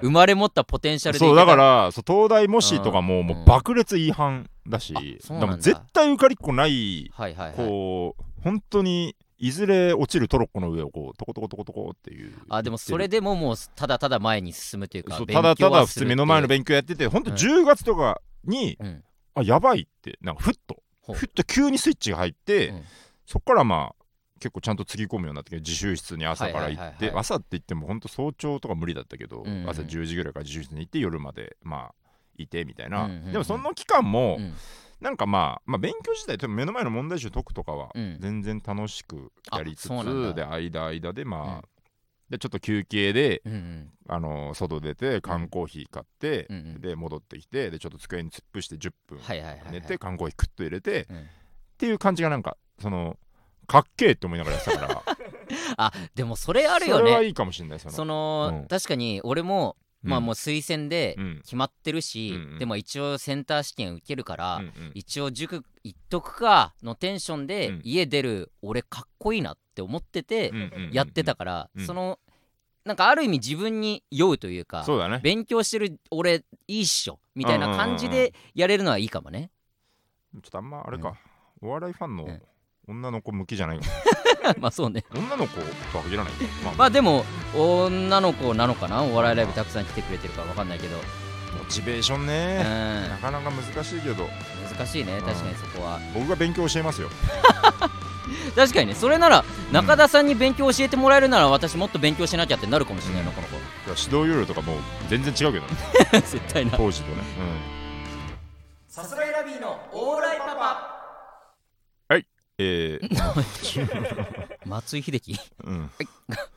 Speaker 1: 生まれ持ったポテンシャルでい
Speaker 2: そう
Speaker 1: けた
Speaker 2: だからそう東大模試とかも
Speaker 1: ん
Speaker 2: もう爆裂違反だし
Speaker 1: あそうな
Speaker 2: で
Speaker 1: んだ
Speaker 2: も絶対受かりっこない
Speaker 1: はいはいはい
Speaker 2: こう本当にいずれ落ちるトロッコの上をこうトコトコトコトコっていう
Speaker 1: あでもそれでももうただただ前に進むというか
Speaker 2: そう
Speaker 1: 勉強
Speaker 2: た
Speaker 1: は
Speaker 2: だ
Speaker 1: する
Speaker 2: ただ普通目の前の
Speaker 1: っていう
Speaker 2: 勉強やってて本当
Speaker 1: うん
Speaker 2: 10月とかに
Speaker 1: うん
Speaker 2: あやばいってなんかふっと
Speaker 1: ほう
Speaker 2: ふっと急にスイッチが入って、
Speaker 1: うん
Speaker 2: そこからまあ結構ちゃんとつぎ込むようになって自習室に朝から行っ
Speaker 1: はい
Speaker 2: て、
Speaker 1: はいはいはい
Speaker 2: 朝って言っても本当早朝とか無理だったけど、
Speaker 1: うんうん
Speaker 2: 朝10時ぐらいから自習室に行って夜までまあいてみたいな、
Speaker 1: うんうんうん
Speaker 2: でもその期間も、
Speaker 1: うん
Speaker 2: なんかまあ、まあ、勉強自体でも目の前の問題集解くとかは
Speaker 1: うん
Speaker 2: 全然楽しくやりつつ、
Speaker 1: あそうなんだ
Speaker 2: で間間でまあ、
Speaker 1: うん
Speaker 2: でちょっと休憩で、
Speaker 1: うんうん
Speaker 2: あの外出て缶コーヒー買って、
Speaker 1: うんうん
Speaker 2: で戻ってきてでちょっと机に突っ伏して10分
Speaker 1: はいはいはいはい
Speaker 2: 寝て缶コーヒークッと入れて、
Speaker 1: うん
Speaker 2: っていう感じがなんかそのかっけえって思いながらやってたから
Speaker 1: あでもそれ あるよ
Speaker 2: それは
Speaker 1: ね
Speaker 2: いいかもしれないその
Speaker 1: その、
Speaker 2: うん
Speaker 1: 確かに俺も、まあもう
Speaker 2: う
Speaker 1: 推薦で
Speaker 2: ん、うん
Speaker 1: 決まってるし、
Speaker 2: うんうん
Speaker 1: でも一応センター試験受けるから、
Speaker 2: うんうん
Speaker 1: 一応塾行っとくかのテンションで、
Speaker 2: うん
Speaker 1: 家出る俺かっこいいなって思ってて
Speaker 2: うんうんうん
Speaker 1: やってたから、
Speaker 2: うん
Speaker 1: そのなんかある意味自分に酔うというか
Speaker 2: そうだね
Speaker 1: 勉強してる俺いいっしょみたいな感じ
Speaker 2: うんうんうんう
Speaker 1: でやれるのはいいかも ね。
Speaker 2: ちょっとあんまあれか、お笑いファンの
Speaker 1: うん
Speaker 2: 女の子向きじゃないか
Speaker 1: まあそうね。
Speaker 2: 女の子とは限らないかまあ、
Speaker 1: まあでも女の子なのかなお笑いライブたくさん来てくれてるからわかんないけど、
Speaker 2: モチベーション
Speaker 1: う
Speaker 2: ね、
Speaker 1: ん
Speaker 2: なかなか難しいけど
Speaker 1: 難しいね
Speaker 2: ん
Speaker 1: 確かにそこは
Speaker 2: 僕が勉強教えますよ
Speaker 1: 確かにねそれなら中田さんに勉強教えてもらえるなら私もっと勉強しなきゃってなるかもしれないなこの子
Speaker 2: いや指導要領とかもう全然違うけどね
Speaker 1: 絶対な
Speaker 2: 当時とね、うん、
Speaker 1: さすらいラビーのオーライパパ
Speaker 2: えー
Speaker 1: 松井秀喜
Speaker 2: うん、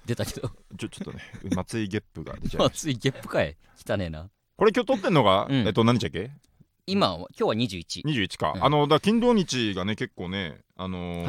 Speaker 1: 出た けど
Speaker 2: ちょちょっとね 松井ゲップが出ちゃいまし
Speaker 1: 松
Speaker 2: た
Speaker 1: 井ゲップかい汚ねえな
Speaker 2: これ今日撮ってんのが、
Speaker 1: うん
Speaker 2: えっと何日だっけ
Speaker 1: 今は今日は21
Speaker 2: 21か、
Speaker 1: うん
Speaker 2: あのだから金土日がね結構ねあの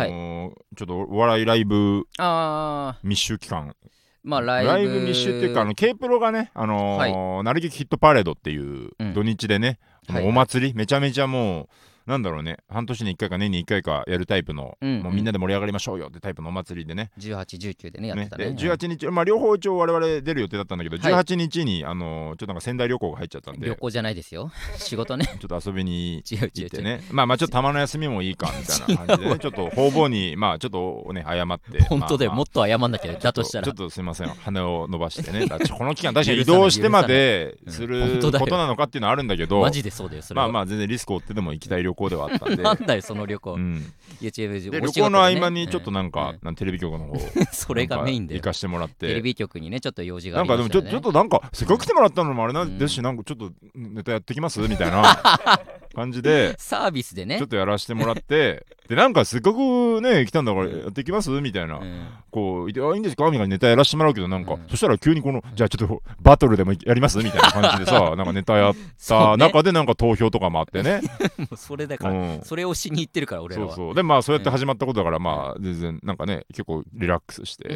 Speaker 2: ーちょっとお笑いライブ
Speaker 1: あー
Speaker 2: 密集期間
Speaker 1: まあライブ
Speaker 2: 密集っていうかあの K プロがねあのーなる劇ヒットパレードっていう
Speaker 1: うん
Speaker 2: 土日でね、
Speaker 1: はい
Speaker 2: もうお祭りめちゃめちゃもうなんだろうね半年に1回か年に1回かやるタイプの、
Speaker 1: うん
Speaker 2: もうみんなで盛り上がりましょうよってタイプのお祭りでね
Speaker 1: 1819でねやってたね
Speaker 2: ねで18日、まあ、両方一応我々出る予定だったんだけど、
Speaker 1: はい
Speaker 2: 18日に、あのーちょっとなんか仙台旅行が入っちゃったんで
Speaker 1: 旅行じゃないです よ仕事ね
Speaker 2: ちょっと遊びに
Speaker 1: 違う違
Speaker 2: 行
Speaker 1: う
Speaker 2: って
Speaker 1: 違う
Speaker 2: ね、まあまあちょっとたまの休みもいいかみたいな感じで、ね、ちょっと方々に、まあちょっとね、謝って、
Speaker 1: 本当だよ
Speaker 2: まあ
Speaker 1: もっと謝んなきゃだとした
Speaker 2: ちょ
Speaker 1: ら
Speaker 2: っとすみません、羽を伸ばしてね、 だからちょこの期間、確かに移動してまです
Speaker 1: 許さない
Speaker 2: る
Speaker 1: 許さないう
Speaker 2: こ
Speaker 1: ん
Speaker 2: となのかっていうのはあるんだけど、
Speaker 1: マジでそうだよそれ
Speaker 2: まあ
Speaker 1: は
Speaker 2: まあ全然リスクを負ってでも行きたい旅行ではあったんで。
Speaker 1: なんだよその旅行
Speaker 2: うん、
Speaker 1: いや違う違う
Speaker 2: で
Speaker 1: お
Speaker 2: 旅
Speaker 1: 仕事でね
Speaker 2: 行の合間にちょっとなん
Speaker 1: う
Speaker 2: か
Speaker 1: ん、
Speaker 2: なんかテレビ局の 方
Speaker 1: それがメインだ
Speaker 2: なん
Speaker 1: よ
Speaker 2: か行かしてもらっ
Speaker 1: テレ
Speaker 2: て
Speaker 1: ビ局にねちょっと用事が
Speaker 2: な
Speaker 1: あ
Speaker 2: ん
Speaker 1: り
Speaker 2: か
Speaker 1: ま
Speaker 2: でも
Speaker 1: すか
Speaker 2: ちょ
Speaker 1: らね
Speaker 2: ちょっとなんかせっかく来てもらったのもあれなんですしなんかちょっとネタやってきますみたい な感じで
Speaker 1: サービスでね
Speaker 2: ちょっとやらせても らって、で、なんかせっかくね、来たんだからやってきますみたいな、
Speaker 1: うん
Speaker 2: こう、いてあ、いいんですかみたいなネタやらせてもらうけど、なんか、
Speaker 1: うん
Speaker 2: そしたら急にこの、じゃあちょっとバトルでもやりますみたいな感じで さ、なんかネタやっ
Speaker 1: そう
Speaker 2: た
Speaker 1: ね
Speaker 2: 中で、なんか投票とかもあって ね。
Speaker 1: もうそれだ
Speaker 2: う
Speaker 1: から、
Speaker 2: ん
Speaker 1: それをしに行ってるから俺
Speaker 2: そ
Speaker 1: ら
Speaker 2: う
Speaker 1: は
Speaker 2: そうでまあそうやって始まったことだから、まあ全然なんかね結構リラック スして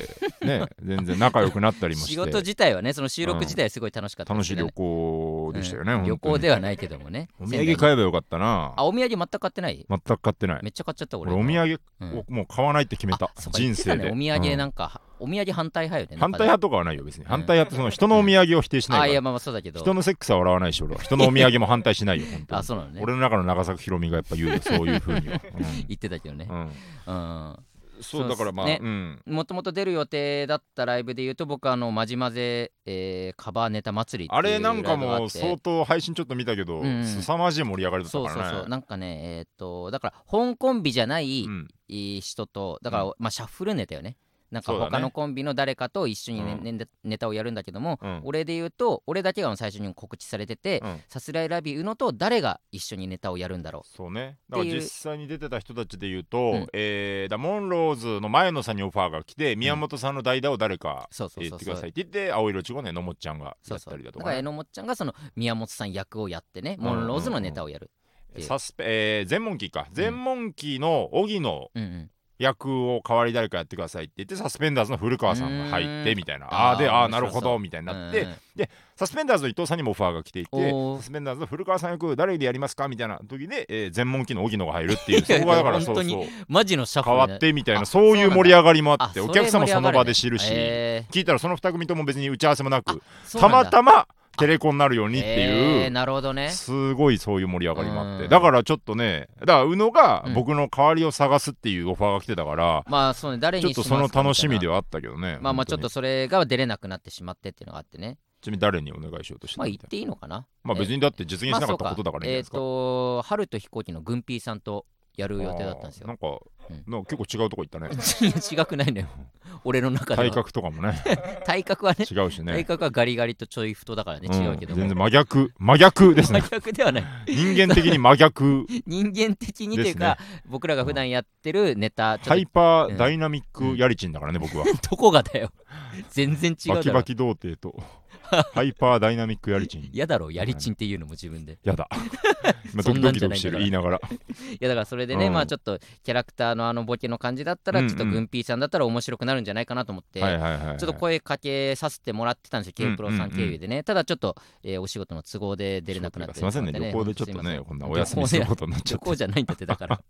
Speaker 2: ね全然仲良くなったりもし
Speaker 1: 仕事
Speaker 2: て
Speaker 1: 自体は ねその収
Speaker 2: う
Speaker 1: 録
Speaker 2: ん
Speaker 1: 自体はすごい楽しかった
Speaker 2: 楽
Speaker 1: で
Speaker 2: し
Speaker 1: す
Speaker 2: い
Speaker 1: けど
Speaker 2: 旅
Speaker 1: ね
Speaker 2: 行でしたよね、
Speaker 1: うん
Speaker 2: 本
Speaker 1: 旅
Speaker 2: 当に
Speaker 1: 行ではないけどもね
Speaker 2: お
Speaker 1: 仙
Speaker 2: 土
Speaker 1: 台
Speaker 2: 産
Speaker 1: に
Speaker 2: 買えばよかったな
Speaker 1: あお土産全く買ってない
Speaker 2: 全く買ってない
Speaker 1: めっちゃ買っちゃった俺
Speaker 2: 俺お土産
Speaker 1: 産
Speaker 2: をもう買わないって決めた、人生で、
Speaker 1: お土産
Speaker 2: うん
Speaker 1: なんか、お土産反対派よねな
Speaker 2: 反対
Speaker 1: んかね
Speaker 2: 派とかはないよ別に
Speaker 1: ん
Speaker 2: 反対派ってその人のお土産を否定しない
Speaker 1: あ
Speaker 2: か
Speaker 1: あ
Speaker 2: ら、
Speaker 1: いやまあまあそうだけど
Speaker 2: 人のセックスは笑わないし俺は人のお土産も反対しないよ本当に
Speaker 1: あそうなのね
Speaker 2: 俺の中の長崎ひろみがやっぱ 言うよそういうふうには、
Speaker 1: 言ってたけどね
Speaker 2: うんうん
Speaker 1: うん
Speaker 2: そうだからまあ、
Speaker 1: ね
Speaker 2: うん
Speaker 1: もともと出る予定だったライブで言うと僕あのまじまぜ、えーカバーネタ祭りっていう
Speaker 2: あれなんか
Speaker 1: ライブがあ
Speaker 2: も
Speaker 1: っ
Speaker 2: う
Speaker 1: て
Speaker 2: 相当配信ちょっと見たけど、
Speaker 1: うんうん
Speaker 2: 凄まじい盛り上がりだった
Speaker 1: そう
Speaker 2: か
Speaker 1: そう
Speaker 2: らね
Speaker 1: そうなんかねえーっとだから本コンビじゃない、
Speaker 2: うん
Speaker 1: いい人とだから、まあシャッフルネタよねなんか
Speaker 2: そうだね
Speaker 1: 他のコンビの誰かと一緒にね、
Speaker 2: う
Speaker 1: ねネタをやるんだけども、
Speaker 2: うん
Speaker 1: 俺で言うと俺だけが最初に告知されてて、
Speaker 2: うん
Speaker 1: さすらいラビ宇野と誰が一緒にネタをやるんだろ
Speaker 2: そうね
Speaker 1: て
Speaker 2: だ
Speaker 1: いう
Speaker 2: から実際に出てた人たちで言うと、
Speaker 1: うん
Speaker 2: えーだモンローズの前野さんにオファーが来て、宮本さんの代打を誰か
Speaker 1: うそうそう
Speaker 2: 言
Speaker 1: そ
Speaker 2: っ
Speaker 1: う
Speaker 2: てく
Speaker 1: そう
Speaker 2: ださいって言って青色いちごねのもっちゃんが
Speaker 1: そう
Speaker 2: やっ
Speaker 1: そう
Speaker 2: たりだと
Speaker 1: だ
Speaker 2: か
Speaker 1: から
Speaker 2: ね、
Speaker 1: 榎本ちゃんがその宮本さん役をやってね
Speaker 2: うんうんうん
Speaker 1: モンローズのネタをやるっていう
Speaker 2: サスペえー、全問キーか全問キーの荻野
Speaker 1: うんうん
Speaker 2: 役を代わり誰かやってくださいって言ってサスペンダーズの古川さんが入っ
Speaker 1: うー
Speaker 2: て
Speaker 1: ん
Speaker 2: みたいな
Speaker 1: あー
Speaker 2: ああーでああ
Speaker 1: 面白そ
Speaker 2: な
Speaker 1: う
Speaker 2: るほどみたいになって、
Speaker 1: うんうん
Speaker 2: サスペンダーズの伊藤さんにもオファーが来ていて
Speaker 1: おー
Speaker 2: サスペンダーズの古川さん役誰でやりますかみたいな時で、えー、全問キーの荻野が入る っていうそこがだからそ
Speaker 1: 本当
Speaker 2: う
Speaker 1: に
Speaker 2: そう
Speaker 1: マジのシャッフ
Speaker 2: 変
Speaker 1: ル
Speaker 2: わ
Speaker 1: だ
Speaker 2: っ
Speaker 1: ね
Speaker 2: てみたい
Speaker 1: あ
Speaker 2: なそういう盛り上がりもあって
Speaker 1: あ
Speaker 2: お客さんもその場で知るし、
Speaker 1: え
Speaker 2: 聞いたらその2組とも別に打ち合わせもなく
Speaker 1: ーそうな
Speaker 2: た
Speaker 1: んだ
Speaker 2: またまテレコになるようにって
Speaker 1: えー
Speaker 2: いう、
Speaker 1: なるほどね
Speaker 2: すごいそういう盛り上がりもあっ
Speaker 1: う
Speaker 2: て
Speaker 1: ん
Speaker 2: だからちょっとねだから宇野が
Speaker 1: うん
Speaker 2: 僕の代わりを探すっていうオファーが来てたから、
Speaker 1: まあそうね誰
Speaker 2: ちょっ
Speaker 1: に
Speaker 2: とその楽しみで
Speaker 1: は
Speaker 2: はあったけどね
Speaker 1: まあまあちょっと
Speaker 2: 本
Speaker 1: それが出れなくなってしまってっていうのがあってね
Speaker 2: 当にちなみに誰にお願いしようとしてた
Speaker 1: まあ言
Speaker 2: み
Speaker 1: った
Speaker 2: い
Speaker 1: ていいのかな
Speaker 2: なまあ別にだって実現しなかったことだからいいんじゃない
Speaker 1: え
Speaker 2: で
Speaker 1: っ
Speaker 2: すか、
Speaker 1: と春と飛行機のグンピーさんとやる予定だったんです
Speaker 2: あーな
Speaker 1: よ
Speaker 2: んか、
Speaker 1: うん
Speaker 2: なんか結構違うとこ行ったね
Speaker 1: 違くないのよ俺の中で
Speaker 2: 体
Speaker 1: は
Speaker 2: 格とかもね
Speaker 1: 体格はね
Speaker 2: 違うし
Speaker 1: 体
Speaker 2: ね
Speaker 1: 格はガリガリとちょい太だからね違うけど
Speaker 2: ん、全然
Speaker 1: も
Speaker 2: 真逆真逆です
Speaker 1: 真
Speaker 2: ね
Speaker 1: 逆ではない
Speaker 2: 人間的に 真逆
Speaker 1: 人間的にというか僕らが普段やってるネタちょ
Speaker 2: ハ
Speaker 1: っ
Speaker 2: イパーダイナミックやりちんだからね、僕は。
Speaker 1: とどこがだよ全然違うだろ
Speaker 2: バキバキ童貞とハイパーダイナミックやりちん。
Speaker 1: 嫌だろやりちんっていうのも自分で
Speaker 2: やだ。今
Speaker 1: そ
Speaker 2: ド
Speaker 1: ん
Speaker 2: キ
Speaker 1: な
Speaker 2: ド
Speaker 1: ん
Speaker 2: キ
Speaker 1: じゃ
Speaker 2: ド
Speaker 1: な
Speaker 2: キ
Speaker 1: いん
Speaker 2: し
Speaker 1: だから
Speaker 2: てる言いながら。
Speaker 1: いやだからそれでね、
Speaker 2: うん
Speaker 1: まあちょっとキャラクターのあのボケの感じだったら
Speaker 2: うんう
Speaker 1: ち
Speaker 2: ん
Speaker 1: ょっとグンピーさんだったら面白くなるんじゃないかなと思って、
Speaker 2: はいはいはいはい。
Speaker 1: ちょっと声かけさせてもらってたんですよ、
Speaker 2: うん
Speaker 1: K プロさ
Speaker 2: うんんうん
Speaker 1: 経由でね、ただちょっと、えーお仕事の都合で出れなくなって
Speaker 2: すいませんね、旅行でちょっとね、こんなお休みする
Speaker 1: こ
Speaker 2: ことになっちゃ
Speaker 1: 旅
Speaker 2: って
Speaker 1: 行。じゃないんだってだから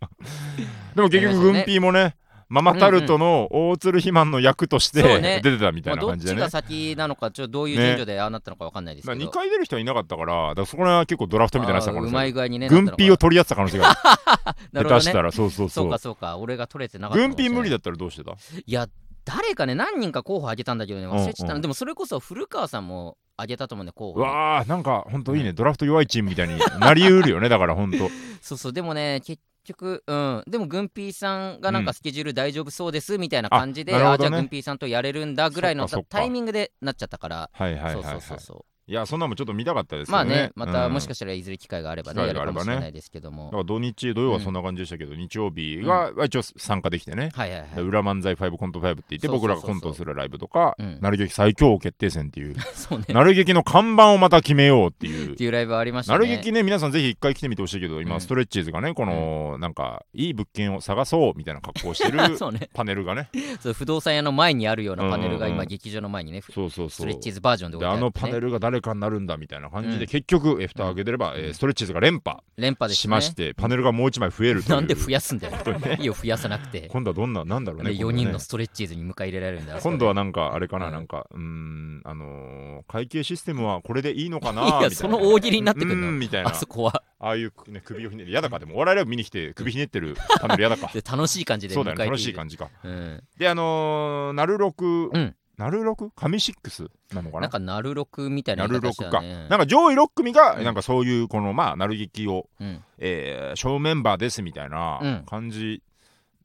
Speaker 2: でも結局、
Speaker 1: そう
Speaker 2: グ
Speaker 1: ね
Speaker 2: ンピーもね、ママタルトの大鶴肥満の役として
Speaker 1: そうね
Speaker 2: 出てた み
Speaker 1: まあ
Speaker 2: たいな
Speaker 1: どっ
Speaker 2: 感じ
Speaker 1: ち
Speaker 2: でね
Speaker 1: が。先なのかちょっとどういう順序でああなったのかわかんないですけど、
Speaker 2: 2回出る人はいなかったから、だからそこら辺は結構ドラフトみたいなさ、
Speaker 1: あーうまい具合にね
Speaker 2: グンピーを
Speaker 1: なっ
Speaker 2: 取り合ってた可能性があ
Speaker 1: たの
Speaker 2: る。
Speaker 1: かなるほどね
Speaker 2: 下手したら、そうそう
Speaker 1: そ
Speaker 2: そうう
Speaker 1: か。そうか俺が取れてなかった
Speaker 2: グ
Speaker 1: か
Speaker 2: ン
Speaker 1: もしれ
Speaker 2: ピー
Speaker 1: ない
Speaker 2: 無理だったらどうしてた
Speaker 1: いや誰かね何人か候補挙げたんだけどね忘れてた
Speaker 2: うんう
Speaker 1: の
Speaker 2: ん
Speaker 1: でもそれこそ古川さんも挙げたと思うんで候
Speaker 2: う
Speaker 1: 補ね
Speaker 2: わあなんか本当いいね、ドラフト弱いチームみたいになりうるよねだから本当
Speaker 1: そうそうでもね結局うんでもグンピーさんがなん
Speaker 2: う
Speaker 1: か
Speaker 2: ん
Speaker 1: スケジュール大丈夫そうですみたいな感じで、
Speaker 2: あなる
Speaker 1: あ
Speaker 2: ほ
Speaker 1: じ
Speaker 2: ど
Speaker 1: ゃ
Speaker 2: ね
Speaker 1: あグンピーさんとやれるんだぐらいの
Speaker 2: そっかそっか
Speaker 1: タイミングでなっちゃったから、
Speaker 2: はいはいはい、はい、
Speaker 1: そうそうそうそ
Speaker 2: いやそんなもんちょっと見たかったです
Speaker 1: う
Speaker 2: けど
Speaker 1: まあ
Speaker 2: ね
Speaker 1: ねまた
Speaker 2: うん
Speaker 1: もしかしたらいずれ機会があればね、
Speaker 2: 機
Speaker 1: やる
Speaker 2: 会があ
Speaker 1: か
Speaker 2: れ
Speaker 1: も
Speaker 2: ば
Speaker 1: し
Speaker 2: ね
Speaker 1: れないですけども、
Speaker 2: だから土日土曜はそんな感じでしたけど、日曜日が一応参加できてね、
Speaker 1: はいはいはい
Speaker 2: 裏漫才5コント5って言って
Speaker 1: そうそう
Speaker 2: 僕
Speaker 1: そう
Speaker 2: らがコントをするライブとか、
Speaker 1: うん
Speaker 2: なる劇最強王決定戦っていう
Speaker 1: そうね
Speaker 2: なる劇の看板をまた決めようっていう
Speaker 1: っていうライブはありました
Speaker 2: な
Speaker 1: ね
Speaker 2: る劇ね皆さんぜひ一回来てみてほしいけど今、
Speaker 1: うん
Speaker 2: ストレッチーズがねこの、なんかいい物件を探そうみたいな格好をしてる
Speaker 1: そうね
Speaker 2: パネルがね
Speaker 1: そう不動産屋の前にあるようなパネルが
Speaker 2: うんうん
Speaker 1: 今
Speaker 2: うん
Speaker 1: 劇場の前にね、ふ
Speaker 2: そうそうそう
Speaker 1: ストレッチーズバージョンで置いて
Speaker 2: で
Speaker 1: あ
Speaker 2: あ
Speaker 1: る、ね、
Speaker 2: のパネルが誰かになるんだみたいな感じで、
Speaker 1: うん
Speaker 2: 結局え蓋を開けてれば、えーストレッチーズが連覇
Speaker 1: 連覇で
Speaker 2: し
Speaker 1: す
Speaker 2: ま
Speaker 1: ね
Speaker 2: して、パネルがもう一枚増えるという
Speaker 1: なんで増やすんだよ
Speaker 2: 当にね
Speaker 1: いいよ増やさなくて
Speaker 2: 今度はどんななんだろうね
Speaker 1: で4
Speaker 2: 今度ね
Speaker 1: 人のストレッチーズに迎え入れられるんだ
Speaker 2: 今度はなんかあれかな、
Speaker 1: うん
Speaker 2: なんかうーんあのー会計システムはこれでいいのか
Speaker 1: い
Speaker 2: な
Speaker 1: や
Speaker 2: みたいな
Speaker 1: その大喜利になってくるの
Speaker 2: うーんみたいな
Speaker 1: あそこは
Speaker 2: ああいう、ね、首をひねるやだかでもお笑いライブ見に来て首ひねってるパネル やだか
Speaker 1: で楽しい感じで
Speaker 2: そ
Speaker 1: 迎
Speaker 2: うだ
Speaker 1: えて
Speaker 2: よね楽しい感じか
Speaker 1: じ、うん、
Speaker 2: であのー、なるろく、
Speaker 1: うん
Speaker 2: なるろく神シックスなのか
Speaker 1: な
Speaker 2: なん
Speaker 1: かなるろくみたいな
Speaker 2: な
Speaker 1: 言い方
Speaker 2: るろ
Speaker 1: した
Speaker 2: く
Speaker 1: よ
Speaker 2: か、
Speaker 1: ね
Speaker 2: なんか上位6組が、
Speaker 1: うん
Speaker 2: なんかそういうこのまあなる劇を
Speaker 1: うん
Speaker 2: えー、ショーメンバーですみたい
Speaker 1: うん
Speaker 2: な感じ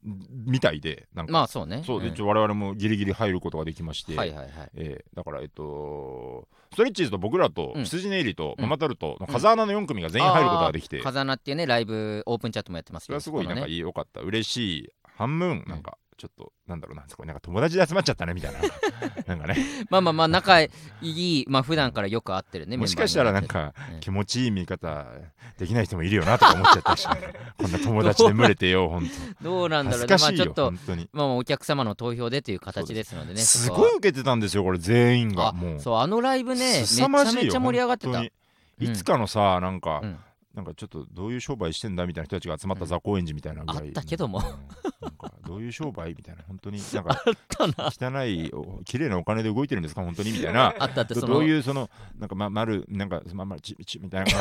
Speaker 2: みたいで、なんか、
Speaker 1: まあそうね
Speaker 2: そうで、
Speaker 1: ん
Speaker 2: 一応我々もギリギリ入ることができまして、
Speaker 1: はいはいはい
Speaker 2: えーだから、えっと、ストレッチーズと僕らと、
Speaker 1: うん
Speaker 2: 羊ネイリと、
Speaker 1: うん
Speaker 2: ママタルトの風穴の4組が全員入ることができて、
Speaker 1: 風穴っていうねライブオープンチャットもやってます
Speaker 2: そ
Speaker 1: け
Speaker 2: れ
Speaker 1: ど
Speaker 2: はすごい
Speaker 1: こ
Speaker 2: な
Speaker 1: の
Speaker 2: んか
Speaker 1: ね
Speaker 2: 良かった、嬉しい、半分、なんか、ちょっと、なんだろうな、すごい、なんか友達で集まっちゃったね みたいな、なんかね、
Speaker 1: まあまあまあ仲いいまあ普段からよく会ってるね
Speaker 2: もしかしたらなんか
Speaker 1: うん、
Speaker 2: 気持ちいい見方できない人もいるよなとか思っちゃったし、 こんな友達で群れてよ、本
Speaker 1: メンバーにどうな
Speaker 2: 当
Speaker 1: んだろ
Speaker 2: 恥
Speaker 1: うね
Speaker 2: ずか
Speaker 1: まあ
Speaker 2: しい
Speaker 1: ちょ
Speaker 2: よ
Speaker 1: っ、と
Speaker 2: 本当に。
Speaker 1: まあまあお客様の投票でという形ですのでね
Speaker 2: す
Speaker 1: そこは
Speaker 2: ごい受けてたんですよこれ全員がもう
Speaker 1: そうあのライブねめちゃ
Speaker 2: 凄まじいよ
Speaker 1: めちゃ盛り上がってた
Speaker 2: 本当に
Speaker 1: うん
Speaker 2: いつかのさなんか、
Speaker 1: うん
Speaker 2: なんかちょっとどういう商売してんだみたいな人たちが集まった雑魚演じみたいなぐらい、
Speaker 1: あったけども
Speaker 2: うんなんかどういう商売みたいな本当になんか
Speaker 1: あったな
Speaker 2: 汚いお綺麗なお金で動いてるんですか本当にみたいな
Speaker 1: あったって
Speaker 2: ど
Speaker 1: そ
Speaker 2: ど
Speaker 1: の
Speaker 2: ういうそのなんかま丸なんかままちちみたいな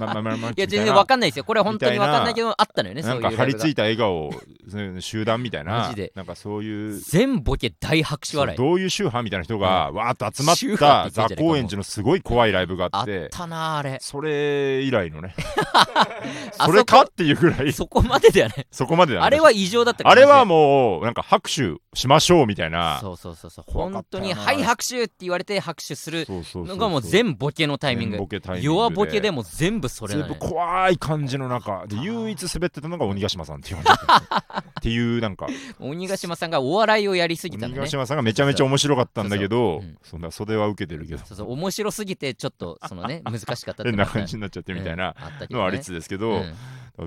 Speaker 2: まままま
Speaker 1: いや
Speaker 2: み
Speaker 1: 全
Speaker 2: たい
Speaker 1: 然
Speaker 2: な
Speaker 1: わかんないですよこれは本当にわかんないけどあったのよね
Speaker 2: な
Speaker 1: そ
Speaker 2: ん
Speaker 1: ういう
Speaker 2: か張り付
Speaker 1: い
Speaker 2: いた笑顔そういう集団みたい
Speaker 1: マ
Speaker 2: な
Speaker 1: ジで
Speaker 2: なんかそういう
Speaker 1: 全ボケ大拍手笑い
Speaker 2: そうどういう宗派みたいな人がわーっと集ま
Speaker 1: 宗
Speaker 2: っ
Speaker 1: 派
Speaker 2: た
Speaker 1: って言ってんじゃねえかも
Speaker 2: 雑高円寺のすごい怖いライブがあ
Speaker 1: あ
Speaker 2: っ
Speaker 1: ってたなあれ
Speaker 2: それ以来のね
Speaker 1: あ
Speaker 2: それかっていうぐらい
Speaker 1: そこまでだよね
Speaker 2: そこまでだね
Speaker 1: あれは異常だった
Speaker 2: あれは
Speaker 1: も
Speaker 2: もうなんか拍手しましょうみたいな
Speaker 1: そうそうそうそう
Speaker 2: 怖か
Speaker 1: 本
Speaker 2: った
Speaker 1: 当
Speaker 2: よ
Speaker 1: に「
Speaker 2: な
Speaker 1: はい拍手!」って言われて拍手する
Speaker 2: そうそうそうそ
Speaker 1: の
Speaker 2: う
Speaker 1: がもう全ボケのタイミング
Speaker 2: 全ボケタイミングで
Speaker 1: 弱ボケでも全部それな
Speaker 2: 全
Speaker 1: の
Speaker 2: 部
Speaker 1: よ
Speaker 2: 怖い感じの中で唯一滑ってたのが鬼ヶ島さんっ ていうっていうなんか
Speaker 1: 鬼ヶ島さんがお笑いをやりすぎた
Speaker 2: 鬼
Speaker 1: の
Speaker 2: ヶ
Speaker 1: ね
Speaker 2: 島さんがめちゃめちゃ面白かったんだけ
Speaker 1: そ
Speaker 2: ど
Speaker 1: うそううん
Speaker 2: そんな袖は受けてるけど
Speaker 1: そうそう面白すぎてちょっとそのね難しかったって
Speaker 2: 変
Speaker 1: いうの
Speaker 2: な
Speaker 1: は
Speaker 2: 感じになっちゃってみたいな
Speaker 1: うんあったけど
Speaker 2: のはあり
Speaker 1: ね
Speaker 2: つつですけ
Speaker 1: う
Speaker 2: ど
Speaker 1: ん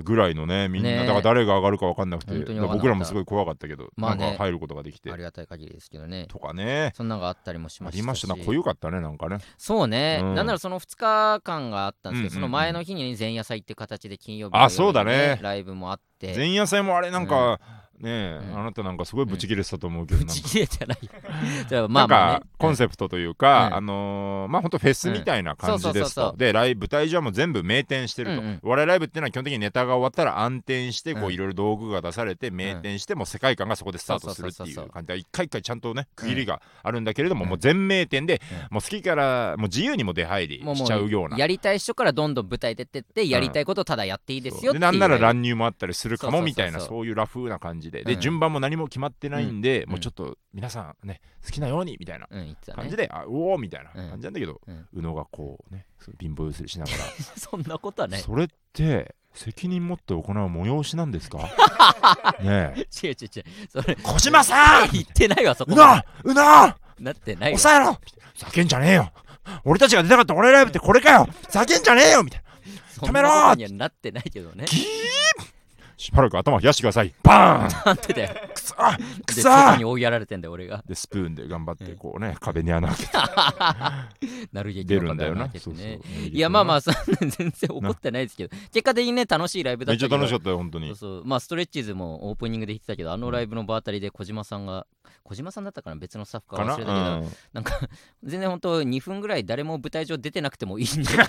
Speaker 2: ぐらいのねみんな
Speaker 1: ねえ
Speaker 2: だから誰が上がるか分かんなくて
Speaker 1: 本当に分かんなかった
Speaker 2: 僕らもすごい怖かったけど
Speaker 1: ま
Speaker 2: な
Speaker 1: あ
Speaker 2: ん
Speaker 1: ね
Speaker 2: か入ることができて
Speaker 1: ありがたい限りですけどね
Speaker 2: とかね
Speaker 1: そんなのがあったりもし
Speaker 2: あ
Speaker 1: ました
Speaker 2: りましたな濃ゆかったねなんかね
Speaker 1: そうね、
Speaker 2: うん
Speaker 1: なんならその2日間があったんですけど、
Speaker 2: うん
Speaker 1: その前の日に前夜祭って形で金曜日の
Speaker 2: あ
Speaker 1: 夜に
Speaker 2: そうだね
Speaker 1: ライブもあって
Speaker 2: 前夜祭もあれなんかねえ
Speaker 1: うん
Speaker 2: あなたなんかすごいブチ切れてたと思うけど
Speaker 1: ぶ
Speaker 2: なん
Speaker 1: ち
Speaker 2: か
Speaker 1: 切れじゃ ないよじゃあまあ
Speaker 2: なん
Speaker 1: まあ、
Speaker 2: か
Speaker 1: ね、
Speaker 2: コンセプトというか、
Speaker 1: うん
Speaker 2: あのーまあ本当フェスみたいな感
Speaker 1: う
Speaker 2: じ
Speaker 1: んそう
Speaker 2: で
Speaker 1: そう
Speaker 2: す
Speaker 1: そうそ
Speaker 2: と
Speaker 1: う
Speaker 2: でライブ舞台上も全部名店してると、
Speaker 1: うんうん
Speaker 2: 我々ライブっていうのは基本的にネタが終わったら暗転してこ
Speaker 1: う
Speaker 2: うんいろいろ道具が出されて名店してもう世界観がそこでスタートするって
Speaker 1: そう
Speaker 2: い
Speaker 1: そうそう
Speaker 2: う
Speaker 1: そう
Speaker 2: 感じで一回一回ちゃんとね区切りがあるんだけれども、
Speaker 1: うん
Speaker 2: もう全名店で、
Speaker 1: うん
Speaker 2: もう好きからもう自由にも出入り
Speaker 1: もう
Speaker 2: しちゃうよう
Speaker 1: も
Speaker 2: な。
Speaker 1: うやりたい人からどんどん舞台出てってやりたいことをただやっていいですよっ
Speaker 2: そう
Speaker 1: ていう
Speaker 2: なんなら乱入もあったりするか
Speaker 1: そうそうそうそ
Speaker 2: も
Speaker 1: う
Speaker 2: みたいなそういうラフな感じでで、
Speaker 1: うん
Speaker 2: 順番も何も決まってないんで、
Speaker 1: ん
Speaker 2: もうちょっと皆さんね好きなようにみたいな
Speaker 1: うん言ってた
Speaker 2: 感
Speaker 1: ね
Speaker 2: じで、あおおみたいな
Speaker 1: うん
Speaker 2: 感じなんだけど、
Speaker 1: うん
Speaker 2: 宇野がこうねそう貧乏ゆすりしなが
Speaker 1: そんなことは
Speaker 2: ら、
Speaker 1: ない
Speaker 2: それって責任持って行う催しなん ですかねえ
Speaker 1: 違う違う違うそれ
Speaker 2: 小島さん
Speaker 1: 言ってないわそこ
Speaker 2: 宇
Speaker 1: ま
Speaker 2: 野宇野
Speaker 1: でなってないわ
Speaker 2: 抑えろ叫んじゃねえよ俺たちが出たかった俺ライブってこれかよ叫んじゃねえよみたいな
Speaker 1: そん
Speaker 2: やめ
Speaker 1: な
Speaker 2: ろ
Speaker 1: ことにはなってないけどね
Speaker 2: しばらく頭冷やしてくださいバ ーン
Speaker 1: なんてだよ
Speaker 2: くそーく
Speaker 1: で
Speaker 2: そ
Speaker 1: 外
Speaker 2: ー
Speaker 1: に追いやられてんだよ俺が
Speaker 2: でスプーンで頑張ってこうね壁に穴開けて
Speaker 1: なるげき
Speaker 2: 出
Speaker 1: の
Speaker 2: るんだよ
Speaker 1: 壁を
Speaker 2: な
Speaker 1: 開けて
Speaker 2: そうそう
Speaker 1: ねいやまあまあそんな 全然怒ってないですけど結果的にね楽しいライブだ
Speaker 2: めっ
Speaker 1: った
Speaker 2: ちゃ
Speaker 1: けど
Speaker 2: 楽しかったよ本当
Speaker 1: そう
Speaker 2: に
Speaker 1: そうまあストレッチーズもオープニングで言ってたけどあのライブの場あたりで小島さんが小島さんだったかな別のスタッフか
Speaker 2: か
Speaker 1: 忘れたけ
Speaker 2: な
Speaker 1: どな,、ん、
Speaker 2: うん
Speaker 1: か全然本当2分ぐらい誰も舞台上出てなくてもいいんで そんな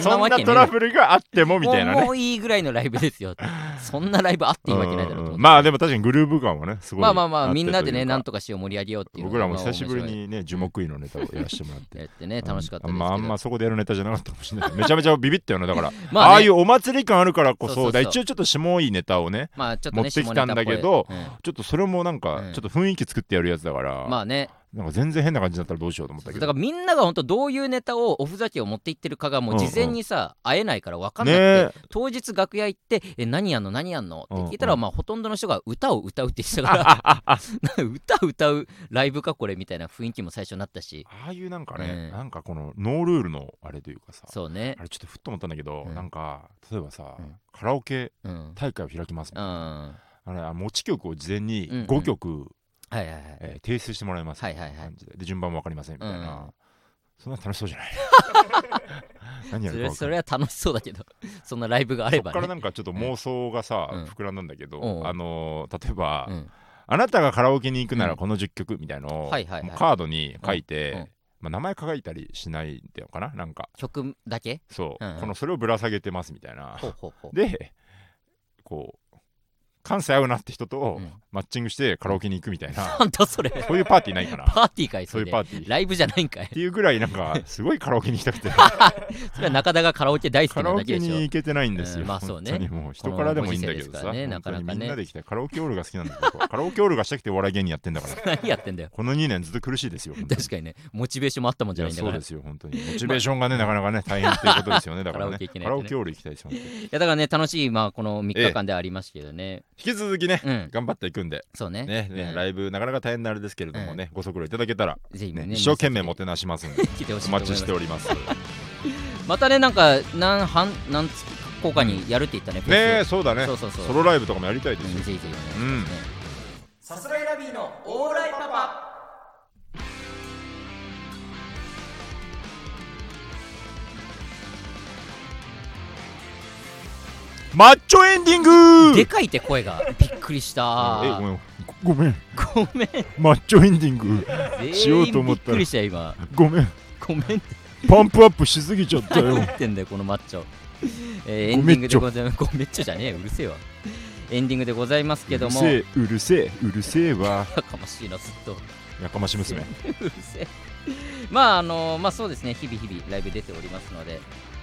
Speaker 2: そん
Speaker 1: わけ
Speaker 2: な
Speaker 1: ねえ
Speaker 2: トラブルがあってもみたいなね
Speaker 1: もうもういいぐらいのライブですよそんなライブあっていいわけないだろうと思って、
Speaker 2: うんまあでも確かにグルーヴ感はねすごい
Speaker 1: まあまあまあ
Speaker 2: って
Speaker 1: みんなでね
Speaker 2: というか
Speaker 1: なんとかしよう盛り上げようっていうの
Speaker 2: 僕
Speaker 1: が
Speaker 2: らも久しぶり
Speaker 1: まあ面
Speaker 2: にね樹木医のネタをやらせてもら
Speaker 1: 白い
Speaker 2: って
Speaker 1: やってね楽しかったですけど、
Speaker 2: あんまああんまそこでやるネタじゃなかったかもしれないめちゃめちゃビビったよねだから
Speaker 1: まあね
Speaker 2: ああいうお祭り感あるからこ
Speaker 1: そうそ
Speaker 2: そう
Speaker 1: そう
Speaker 2: だから一応ちょっと下いいネタをね
Speaker 1: まあちょっとね
Speaker 2: 持ってきたんだけど
Speaker 1: 下ネタっぽいうん
Speaker 2: ちょっとそれもなんか
Speaker 1: うん
Speaker 2: ちょっと雰囲気作ってやるやつだから
Speaker 1: まあね
Speaker 2: なんか全然変な感じだったらどうしようと思った
Speaker 1: だ
Speaker 2: け
Speaker 1: か
Speaker 2: ど
Speaker 1: らみんなが本当どういうネタをおふざけを持っていってるかがもう事前にさ会えないから分かんなくて
Speaker 2: ね
Speaker 1: 当日楽屋行って「え何やんの何やんの?」って聞いたら、
Speaker 2: うんうん
Speaker 1: まあほとんどの人が歌を歌うって言ってたから 歌歌うライブかこれみたいな雰囲気も最初になったし
Speaker 2: ああいうなんか
Speaker 1: う
Speaker 2: ね
Speaker 1: ん
Speaker 2: なんかこのノールールのあれというかさ
Speaker 1: そうね
Speaker 2: あれちょっとふっと思ったんだけど
Speaker 1: うん
Speaker 2: なんか例えばさ
Speaker 1: うん
Speaker 2: カラオケ
Speaker 1: うん、
Speaker 2: 大会を開きます
Speaker 1: うん、は
Speaker 2: あのあ持ち曲を事前に
Speaker 1: うんうん
Speaker 2: 5曲
Speaker 1: いはいはい
Speaker 2: えー提出してもらいます
Speaker 1: はいはいはい
Speaker 2: 感じでで順番も分かりませんみたい
Speaker 1: う
Speaker 2: な、
Speaker 1: ん
Speaker 2: そんな楽しそうじゃない
Speaker 1: そ
Speaker 2: 何やるか分かんな
Speaker 1: れ
Speaker 2: い
Speaker 1: それは楽しそうだけど そんなライブがあ
Speaker 2: そ
Speaker 1: れ
Speaker 2: っ
Speaker 1: ば
Speaker 2: から
Speaker 1: ね
Speaker 2: なんかちょっと妄想がさ、
Speaker 1: うん
Speaker 2: 膨らんだんだけど、
Speaker 1: うん
Speaker 2: あのー例えば、
Speaker 1: うん
Speaker 2: あなたがカラオケに行くな
Speaker 1: う
Speaker 2: ら
Speaker 1: ん
Speaker 2: この10曲みたいのを、
Speaker 1: はいはいはい
Speaker 2: もうカードに書いて、
Speaker 1: うんうん
Speaker 2: まあ、名前書いたりしないんだよかななんか
Speaker 1: 曲だけ
Speaker 2: そう、
Speaker 1: うんうん
Speaker 2: このそれをぶら下げてますみたいな
Speaker 1: ほうほうほう
Speaker 2: でこう関西合うなって人と
Speaker 1: うん
Speaker 2: マッチングしてカラオケに行くみたいな、
Speaker 1: なんだそれ
Speaker 2: そういうパーティーないかな
Speaker 1: パーティーかいそ
Speaker 2: そう
Speaker 1: れ
Speaker 2: いうパ
Speaker 1: で
Speaker 2: ーティー
Speaker 1: ライブじゃないんかい
Speaker 2: っていうぐらいなんかすごいカラオケに行きたくて
Speaker 1: それは中田がカラオケ大好
Speaker 2: カ
Speaker 1: き
Speaker 2: ラ
Speaker 1: な
Speaker 2: オ
Speaker 1: だけ
Speaker 2: ケ
Speaker 1: でし
Speaker 2: に
Speaker 1: ょ
Speaker 2: 行けてないんですよ、
Speaker 1: うんまあそうね
Speaker 2: 本当にもう人からでもいいんだけど
Speaker 1: この
Speaker 2: さ、
Speaker 1: ご時世ですからね
Speaker 2: 本当に
Speaker 1: なかなかね
Speaker 2: みんなで来たカラオケオールが好きなんだよ僕はカラオケオールがしたくてお笑い芸人やってんだから
Speaker 1: 何やってんだよ
Speaker 2: この2年ずっと苦しいですよ本当に
Speaker 1: 確かにねモチベーションもあったもんじゃない
Speaker 2: い
Speaker 1: んだ
Speaker 2: や
Speaker 1: か
Speaker 2: そう
Speaker 1: ら
Speaker 2: で
Speaker 1: い
Speaker 2: すよ本当にモチベーションがねなかなかね大変っていうことですよねだか
Speaker 1: カ
Speaker 2: らね
Speaker 1: ラオケ行けない
Speaker 2: カ
Speaker 1: と
Speaker 2: ラ
Speaker 1: ね
Speaker 2: オケオール行きたいです本当に引
Speaker 1: やだからね楽しいまあこの3
Speaker 2: え
Speaker 1: 日
Speaker 2: え
Speaker 1: 間ではありましたけどね
Speaker 2: き続きね、
Speaker 1: うん
Speaker 2: 頑張っていくんで
Speaker 1: そうね
Speaker 2: ねね、
Speaker 1: うん
Speaker 2: ライブなかなか大変なあれですけれどもね、ご足労いただけたら、
Speaker 1: ぜひ
Speaker 2: ね
Speaker 1: ね
Speaker 2: 一生懸命もてなしますんで
Speaker 1: 来てほしい
Speaker 2: お
Speaker 1: と思い
Speaker 2: 待
Speaker 1: ま
Speaker 2: ち
Speaker 1: す
Speaker 2: しております
Speaker 1: またねなんか何半何つ効果にやるって言ったねフ
Speaker 2: ね
Speaker 1: ェ
Speaker 2: え
Speaker 1: ス
Speaker 2: そうだね
Speaker 1: そうそうそう
Speaker 2: ソロライブとかもやりたいで
Speaker 1: う
Speaker 2: すよ、
Speaker 1: んぜひぜひお願いしますね
Speaker 3: さすらいラビーのオーライパパ
Speaker 2: マッチョエンディング
Speaker 1: でかいって声がびっくりした
Speaker 2: えごめんごめん
Speaker 1: ごめん
Speaker 2: マッチョエンディングし
Speaker 1: 全
Speaker 2: ようと
Speaker 1: 員
Speaker 2: 思
Speaker 1: び
Speaker 2: っ
Speaker 1: ったく
Speaker 2: ら
Speaker 1: りしたよ 今
Speaker 2: ごめん
Speaker 1: ごめんって
Speaker 2: パンプアップしすぎちゃった
Speaker 1: 何
Speaker 2: よ
Speaker 1: 言ってんだよこのマッチョ、えー、エ
Speaker 2: ご
Speaker 1: ンデ
Speaker 2: め
Speaker 1: ィン
Speaker 2: っ
Speaker 1: グ
Speaker 2: ち
Speaker 1: で
Speaker 2: ょ
Speaker 1: ございますごめっちょじゃねえようるせえわエンディングでございますけども
Speaker 2: うるせえうるせえうるせえわ
Speaker 1: やかましいなずっと
Speaker 2: やかまし娘
Speaker 1: うるせえ まああのまあそうですね日々日々ライブ出ておりますので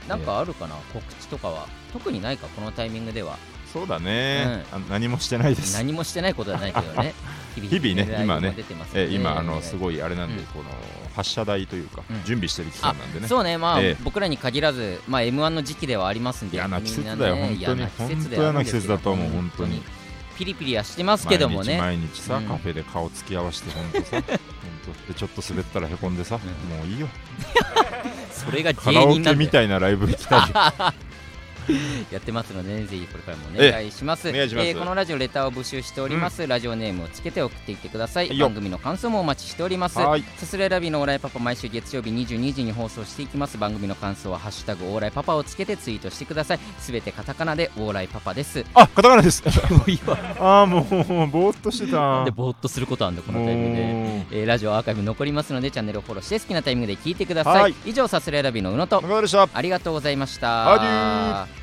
Speaker 1: なんかあるかな、告知とかは特にないかこのタイミングでは
Speaker 2: そうだね、あ何もしてないです
Speaker 1: 何もしてないことはないけど ね
Speaker 2: 日々ね
Speaker 1: ライブ
Speaker 2: 今ね
Speaker 1: も出てます
Speaker 2: え今あ
Speaker 1: え
Speaker 2: の
Speaker 1: え
Speaker 2: すごいあれなんで、
Speaker 1: うん
Speaker 2: この発射台というか、
Speaker 1: うん
Speaker 2: 準備してる期間なんでね
Speaker 1: そうねまあ、
Speaker 2: ええ
Speaker 1: 僕らに限らず、まあ、m 1の時期ではありますんで
Speaker 2: 嫌な季節だよ
Speaker 1: みんなね
Speaker 2: 本当に
Speaker 1: 嫌な季節だよ
Speaker 2: 本当嫌な季節だと思う本当に
Speaker 1: ピリピリはしてますけどもね
Speaker 2: 毎日毎日さ、
Speaker 1: うん
Speaker 2: カフェで顔突き合わせて本 当さ本当でちょっと滑ったらへこんでさ、
Speaker 1: う
Speaker 2: もういいよ
Speaker 1: それが芸
Speaker 2: カラオ
Speaker 1: 人な
Speaker 2: ケ
Speaker 1: ん
Speaker 2: み
Speaker 1: で
Speaker 2: たいなライブ行きたい
Speaker 1: やってますので、ね、ぜひこれからもお
Speaker 2: ええ
Speaker 1: 願いします
Speaker 2: お願いします
Speaker 1: このラジオレターを募集しております、ラジオネームをつけて送っていってください
Speaker 2: はいよ
Speaker 1: 番組の感想もお待ちしております
Speaker 2: はい
Speaker 1: さすらいラビのオーライパパ毎週月曜日22時に放送していきます番組の感想は「ハッシュタグオーライパパ」をつけてツイートしてくださいすべてカタカナでオーライパパです
Speaker 2: あカタカナです
Speaker 1: 今
Speaker 2: ああもうぼーっとしてた
Speaker 1: でぼーっとすることあんだこの
Speaker 2: も
Speaker 1: タイミングで、
Speaker 2: う
Speaker 1: えーラジオアーカイブ残りますのでチャンネルをフォローして好きなタイミングで聞いてください、
Speaker 2: はい
Speaker 1: 以上さすらいラビの宇野
Speaker 2: お
Speaker 1: と
Speaker 2: 疲れ様でした
Speaker 1: ありがとうございました
Speaker 2: アデュー